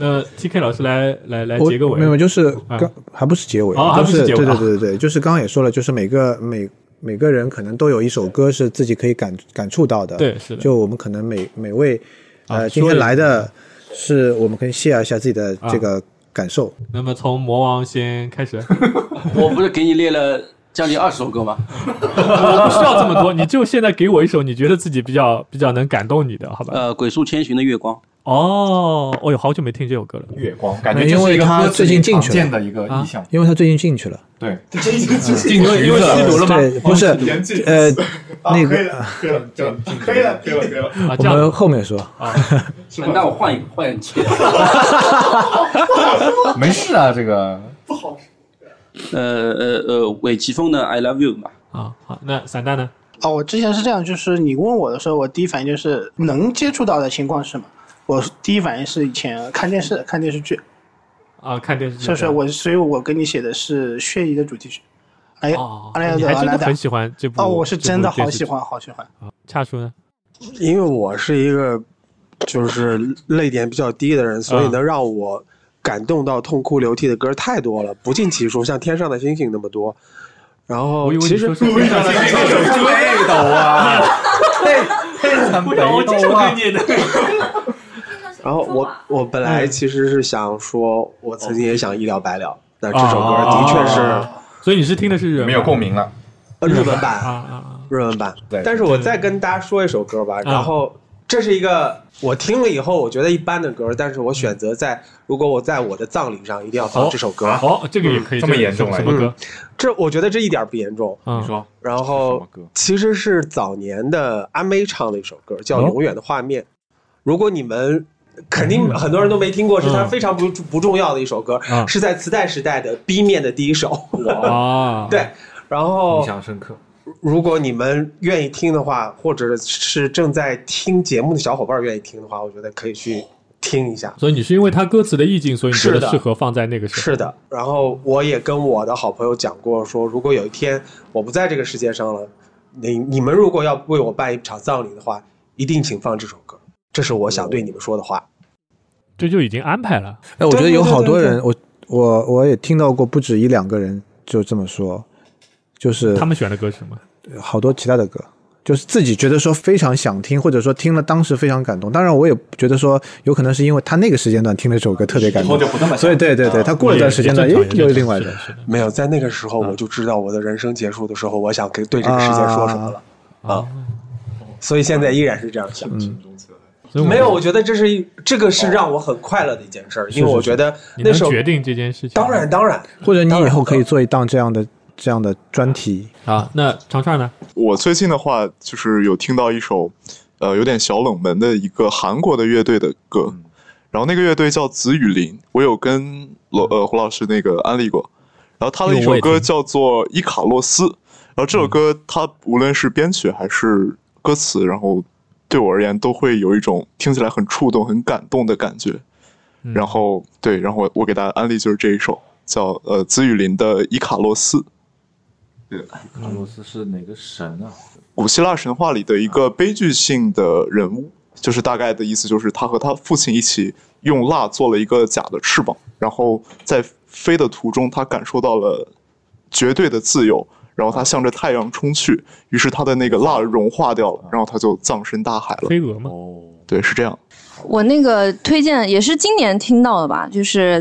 B: 呃，T K 老师来来来
D: 我
B: 结个尾
D: 没。有，就是
B: 啊
D: 刚还不是结尾，
B: 哦还
D: 就
B: 不是
D: 是
B: 结
D: 对
B: 尾
D: 对
B: 啊
D: 对对对，就是刚刚也说了，就是每个每每个人可能都有一首歌是自己可以感感触到的，
B: 对是的
D: 就我们可能每每位
B: 啊
D: 呃今
B: 说一
D: 天来的是我们可以 share 一下自己的
B: 啊
D: 这个感受，
B: 那么从魔王先开始，
H: 我不是给你列了将近二十首歌吗？
B: 我不需要这么多，你就现在给我一首你觉得自己比较比较能感动你的，好吧？
H: 呃，鬼宿千寻的月光，
B: 哦，哦哟，好久没听这首歌了。
A: 月光，感觉
D: 因
A: 这是
D: 为
A: 一个
D: 他
A: 歌词
D: 最近
A: 里
D: 进
A: 常
D: 去了
A: 见的一个意象。
D: 因为他最近进去了，
A: 对，
B: 因为因为吸毒了吗？
D: 对，不是
C: 哦
D: 呃那个
C: 啊可以 了，可以了，可以了，可以了。
B: 啊，
D: 我
B: 这样
D: 们后面说，
K: 呃
H: 呃那我换一个，换一个。
A: 没事啊，这个
H: 呃呃呃，尾崎峰的《I Love You》嘛，
B: 啊，好，那散弹呢？
K: 啊，我之前是这样，就是你问我的时候，我第一反应就是能接触到的情况是什么？我第一反应是以前看电视、看电视剧，
B: 啊，看电视剧
K: 所以说我，所以我给你写的是悬疑的主题曲。哎呀，阿莱
B: 哦你
K: 德
B: 还
K: 阿
B: 真
K: 莱
B: 的
K: 达
B: 很喜欢这部
K: 哦，我是
B: 这部
K: 真的
B: 电
K: 好
B: 视
K: 喜
B: 剧
K: 欢，好喜欢。
B: 恰叔呢？
F: 因为我是一个就是泪点比较低的人，所以能让我感动到痛哭流涕的歌太多了，不计其数，像天上的星星那么多。然后
B: 我以为
F: 哦其
B: 你
F: 实
B: 说是天上的星星
A: 北斗啊，这这很北斗啊，
B: 念的。
F: 然后我我本
B: 嗯
F: 来其实是想说，我曾经也想一了百了，但这首歌
B: 哦
F: 的确是
B: 所以你是听的是人
A: 没有
B: 吗
A: 共鸣了。
F: 呃日文
B: 啊
F: 版，
B: 啊啊！
F: 日文版。
A: 对
F: 但是我再跟大家说一首歌吧，然后这是一个我听了以后我觉得一般的歌，但是我选择在如果我在我的葬礼上一定要放这首歌。
B: 哦，这个也可以
A: 这么
B: 个
A: 严重啊
B: 什么歌？
F: 这我觉得这一点儿不严重。
B: 嗯
A: 你说
F: 然
A: 是什么
F: 后
A: 歌
F: 其实是早年的阿妹唱的一首歌，叫
D: 哦
F: 《永远的画面》。如果你们肯定很多人都没听过，是它
B: 嗯
F: 非常不不重要的一首歌
B: 嗯，
F: 是在磁带时代的 B 面的第一首。
B: 啊，
F: 对，然
A: 印
F: 后
A: 象深刻，
F: 如果你们愿意听的话，或者是正在听节目的小伙伴愿意听的话，我觉得可以去听一下。
B: 所以你是因为它歌词的意境，所以你觉
F: 是
B: 得
F: 的
B: 适合放在那个时候？
F: 是的，然后我也跟我的好朋友讲过说，如果有一天我不在这个世界上了，你你们如果要为我办一场葬礼的话，一定请放这首歌，这是我想对你们说的话。
B: 这就已经安排了。
D: 哎，我觉得有好多
F: 对
D: 人，我我我也听到过不止一两个人就这么说，就是
B: 他们选的歌是什么？
D: 好多其他的歌，就是自己觉得说非常想听，或者说听了当时非常感动。当然，我也觉得说有可能是因为他那个时间段听了这首歌特别感
A: 以后
D: 动
A: 就，不这么想啊
D: 所以对对对，他过了一段时间段
B: 也
D: 又
B: 也正常
D: 又另外
B: 也
D: 的
B: 正常是的，是的
F: 没有，在那个时候我就知道我的人生结束的时候，我想跟对这个世界说什么了啊嗯所以现在依然是这样想。
B: 所以我哦
F: 没有，我觉得这是一这个是让我很快乐的一件事儿，因为我觉得
B: 你
F: 那
B: 能
F: 首
B: 决定这件事情？
F: 当然当然，
D: 或者你以后可以做一档这样的这样的专题。
B: 啊。那长串呢？
J: 我最近的话，就是有听到一首，呃，有点小冷门的一个韩国的乐队的歌，然后那个乐队叫紫雨林，我有跟罗呃胡老师那个安利过，然后他的一
B: 哟我
J: 首
B: 也
J: 歌
B: 听
J: 叫做《伊卡洛斯》，然后这首歌它无论是编曲还是歌词，然后对我而言都会有一种听起来很触动、很感动的感觉。然后对，然后我我给大家安利就是这一首叫呃紫雨林的《伊卡洛斯》。
A: 卡洛斯是哪个神啊？
J: 古希腊神话里的一个悲剧性的人物，就是大概的意思就是他和他父亲一起用蜡做了一个假的翅膀，然后在飞的途中，他感受到了绝对的自由，然后他向着太阳冲去，于是他的那个蜡融化掉了，然后他就葬身大海了。
B: 飞蛾嘛，
A: 哦，
J: 对，是这样。
I: 我那个推荐也是今年听到的吧，就是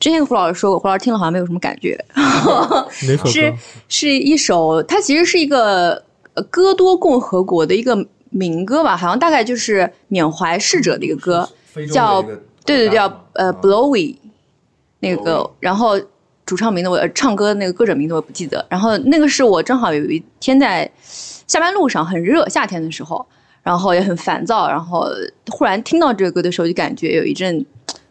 I: 之前胡老师说过，胡老师听了好像没有什么感觉，
B: 哪首
I: 是
B: 歌？
I: 是一首，它其实是一个呃哥多共和国的一个民歌吧，好像大概就是缅怀逝者的一个歌，
A: 非洲
I: 叫
A: 的一个
I: 对对，
A: 国家
I: 叫
A: 吗
I: 呃
A: 嗯
I: Blowy 那个歌，然后主唱名字我呃唱歌的那个歌手名字我不记得，然后那个是我正好有一天在下班路上很热，夏天的时候，然后也很烦躁，然后忽然听到这个歌的时候，就感觉有一阵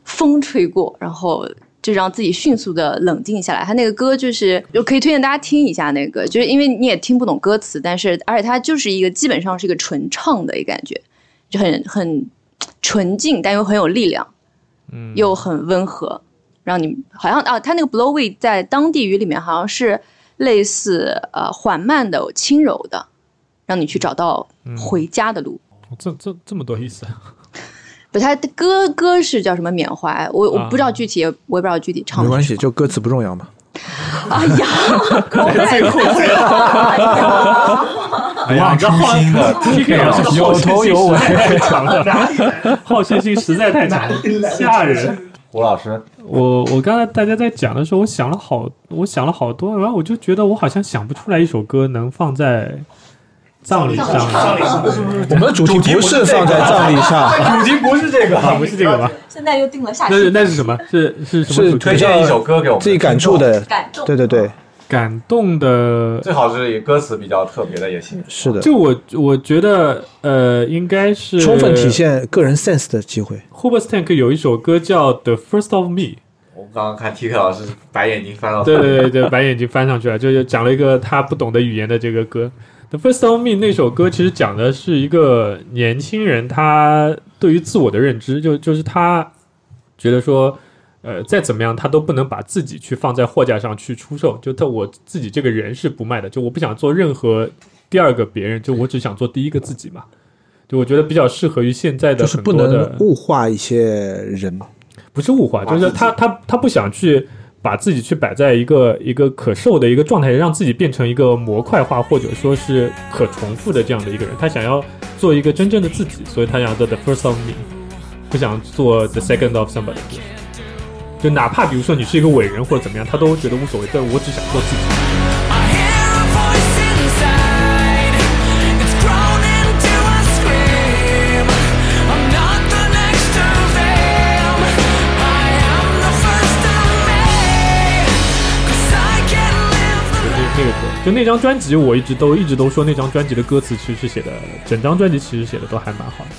I: 风吹过，然后。就让自己迅速的冷静下来。他那个歌就是，就可以推荐大家听一下那个，就是因为你也听不懂歌词，但是而且它就是一个基本上是一个纯唱的一个感觉，就很很纯净，但又很有力量。
B: 嗯，
I: 又很温和，让你好像啊，它那个 blowy 在当地语里面好像是类似呃缓慢的、轻柔的，让你去找到
D: 嗯
I: 回家的路。
B: 哦这这这么多意思啊？
I: 不，它的歌歌是叫什么缅怀？我我
B: 啊
I: 不知道具体，我也不知道具体唱
D: 没
I: 的
D: 关
I: 是
D: 系，就歌词不重要嘛。
I: 哎呀，最后最
A: 哎呀，这好心的
B: PK 老师
D: 有头有尾
B: 太强了， 好胜心实在太强了，吓人。
A: 胡老师，
B: 我我刚才大家在讲的时候，我想了好，我想了好多，然后我就觉得我好像想不出来一首歌能放在葬礼上。
C: 葬礼上
D: 我们的主题不是放在葬礼上，
A: 主题不是这个，
B: 不是这个吧？
G: 现在又定了下
B: 那是那是什么？是是什么
D: 是
B: 主题？
A: 推荐一首歌给我们，
D: 自己感触， 的，
G: 感动
D: 对对对，
B: 感动的。
A: 最好是以歌词比较特别的也行。
D: 是的，
B: 就我我觉得，呃，应该是
D: 充分体。现个人 sense 的机会。
B: Hoobastank 有一首歌叫《The First of Me》，
A: 我刚刚看 TK 老师白眼睛翻到，
B: 对对对对，把眼睛翻上去了，就是讲了一个他不懂的语言的这个歌。The First of Me 那首歌其实讲的是一个年轻人他对于自我的认知，就就是他觉得说，呃，再怎么样，他都不能把自己去放在货架上去出售。就他我自己这个人是不卖的，就我不想做任何第二个别人，就我只想做第一个自己嘛。就我觉得比较适合于现在的
D: 就是
B: 很
D: 不
B: 多的，
D: 能物化一些人。
B: 不是物化，
D: 化
B: 就是
D: 自己
B: 他他他不想去把自己去摆在一个一个可受的一个状态，让自己变成一个模块化或者说是可重复的这样的一个人。他想要做一个真正的自己，所以他想做 the first of me，不想做 the second of somebody。就哪怕比如说你是一个伟人或者怎么样，他都觉得无所谓，但我只想做自己。就是那个歌，就那张专辑，我一直都一直都说那张专辑的歌词其实是写的，整张专辑其实写的都还蛮好的。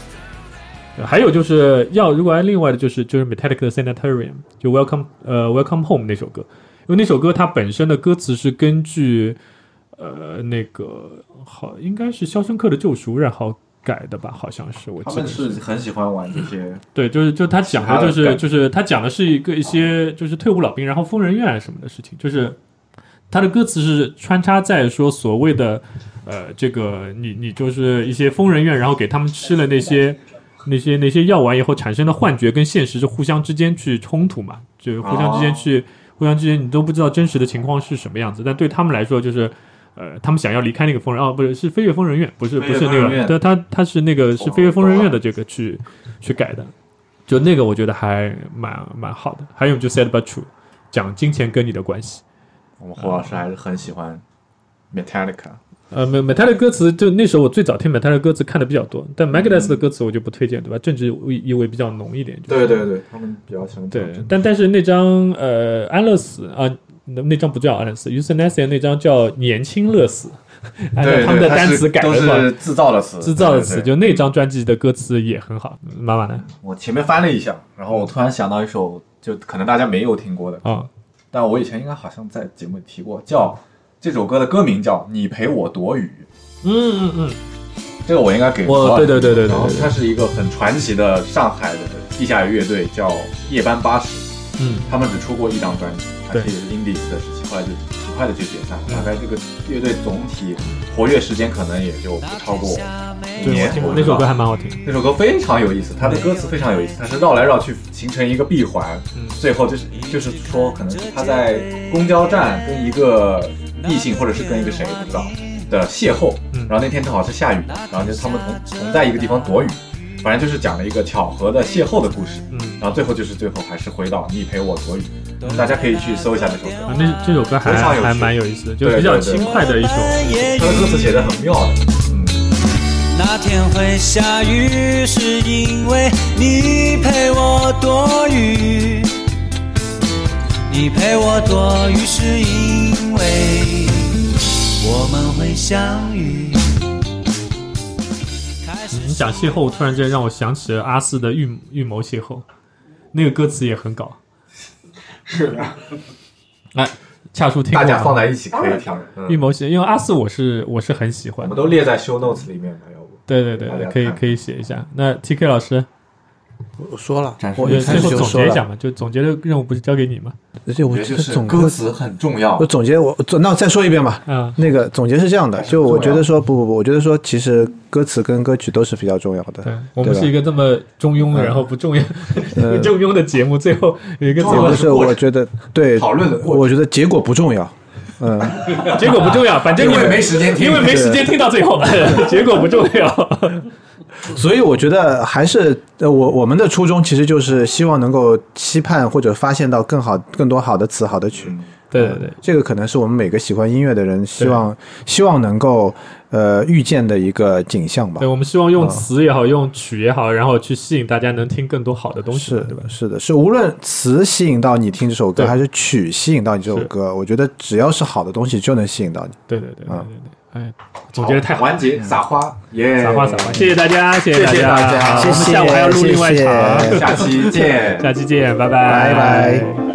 B: 呃还有就是要，如果按另外的就是就是 Metallica 的 Sanitarium，就 Welcome 呃 Welcome Home 那首歌，因为那首歌它本身的歌词是根据呃那个好应该是《肖申克的救赎》然后改的吧，好像是我
A: 他
B: 记
A: 们
B: 得
A: 是很喜欢玩这些，
B: 对，就是就他讲的
A: 其
B: 就
A: 他
B: 是
A: 的
B: 就是他讲的是一个一些就是退伍老兵，然后疯人院什么的事情，就是他的歌词是穿插在说所谓的呃这个你你就是一些疯人院，然后给他们吃了那些那些那些药丸以后产生的幻觉跟现实是互相之间去冲突嘛，就互相之间去、互相之间你都不知道真实的情况是什么样子，但对他们来说就是。呃，他们想要离开那个疯人哦，不是是飞越疯人院，不是不
A: 飞越
B: 是那
A: 疯人
B: 个，
A: 院
B: 对，他他是那个是飞越疯人院的这个去去改的，就那个我觉得还蛮蛮好的。还有就 Said But True，讲金钱跟你的关系。
A: 我们胡老师还是很喜欢 Metallica。
B: 呃，美美泰的歌词，就那时候我最早听美泰的歌词看的比较多，
A: 嗯
B: 但 Megadeth 的歌词我就不推荐，对吧？政治意味比较浓一点。就
A: 对
B: 是
A: 对对，他们比较喜欢
B: 对，但但是那张呃安乐死啊、那那张不叫安乐死 e u t h a n a s i a 那张叫年轻乐死，按照
A: 对
B: 他们的
A: 对它
B: 单
A: 是
B: 词改
A: 都
B: 了
A: 是自造的词
B: 制造的词。
A: 对对对
B: 就那张专辑的歌词也很好，妈妈呢？
A: 我前面翻了一下，然后我突然想到一首，就可能大家没有听过的
B: 啊，
A: 但我以前应该好像在节目里提过，叫这首歌的歌名叫《你陪我躲雨》。
B: 嗯嗯嗯，
A: 这个我应该给
B: 我
A: 过
B: 哦对对对对对
A: 然后
B: 对对
A: 它是一个很传奇的上海的地下乐队，叫夜班巴士。
B: 嗯，
A: 他们只出过一张专辑，还
B: 对嗯
A: 是 indie 的时期，后来就很快的去解散了。大概这个乐队总体活跃时间可能也就不超过五
B: 嗯对，
A: 年
B: 我听。过
A: 我
B: 那
A: 知
B: 首
A: 道
B: 歌还蛮好听。
A: 那首歌非常有意思，它的歌词非常有意思，它是绕来绕去形成一个闭环，最后就是就是说，可能是他在公交站跟一个异性或者是跟一个谁不知道的邂逅，然后那天正好是下雨，然后就他们同同在一个地方躲雨，反正就是讲了一个巧合的邂逅的故事，然后最后就是最后还是回到你陪我躲雨，大家可以去搜一下这首歌，
B: 啊，那这首歌还
A: 非常有趣
B: 还蛮有意思的，就
A: 对
B: 比较
A: 对对
B: 轻快的一首。
A: 它的歌词写的很妙的。嗯
L: 那天会下雨，是因为你陪我躲雨。你陪我躲雨，是因为我们会相遇。
B: 你讲邂逅，突然间让我想起了阿四的预预谋邂逅，那个歌词也很搞。
K: 是 啊，
B: 来，恰叔听过吗
A: 大家放在一起可以听嗯
B: 预谋邂，因为阿四我是我是很喜欢
A: 我们
B: 的，
A: 都列在 show notes 里面吧，要不？
B: 对对对
A: 大
B: 对，
A: 家
B: 可以
A: 看
B: 可以写一下。那 T K 老师，
D: 我说了
A: 展示
D: 我
B: 就
D: 一开
B: 最
D: 始
B: 后
D: 就
B: 总
D: 说
B: 结一
D: 了
B: 下嘛，就总结的任务不是交给你吗？
D: 对，我
A: 觉得
D: 觉得
A: 就是
D: 总
A: 歌词很重要
D: 我总结我总那我再说一遍吧。
B: 嗯，
D: 那个总结是这样的，就我觉得说不不不，我觉得说其实歌词跟歌曲都是比较重要的。对
B: 我们是一个这么中庸，然后不重要、
D: 呃
B: 中庸的节目，最后有一个
D: 个
B: 结
D: 就
B: 论
D: 是我觉得对
B: 讨论的过
D: 我我觉得结果不重要。嗯，
B: 结果不重要，反正你们
D: 因为没时间听
B: 因为没时间听到最后， 结果不重要。
D: 所以我觉得还是呃，我我们的初衷其实就是希望能够期盼或者发现到更好、更多好的词、好的曲。
B: 对对对，
D: 啊这个可能是我们每个喜欢音乐的人希望希望能够呃遇见的一个景象吧
B: 对，。我们希望用词也好，用曲也好，然后去吸引大家能听更多好的东西，对吧？
D: 是的，是无论词吸引到你听这首歌，
B: 对
D: 还是曲吸引到你这首歌，我觉得只要是好的东西就能吸引到你。
B: 对对对对
D: 啊，
B: 哎，总结的太好了
A: 完结撒花，耶！
B: 撒花撒花，谢谢大家，谢
A: 谢
B: 大
A: 谢大家啊
B: 我们下午还要录另外一 场
A: 谢谢，下期见
B: 下期见，拜
A: 拜
B: 拜
A: 拜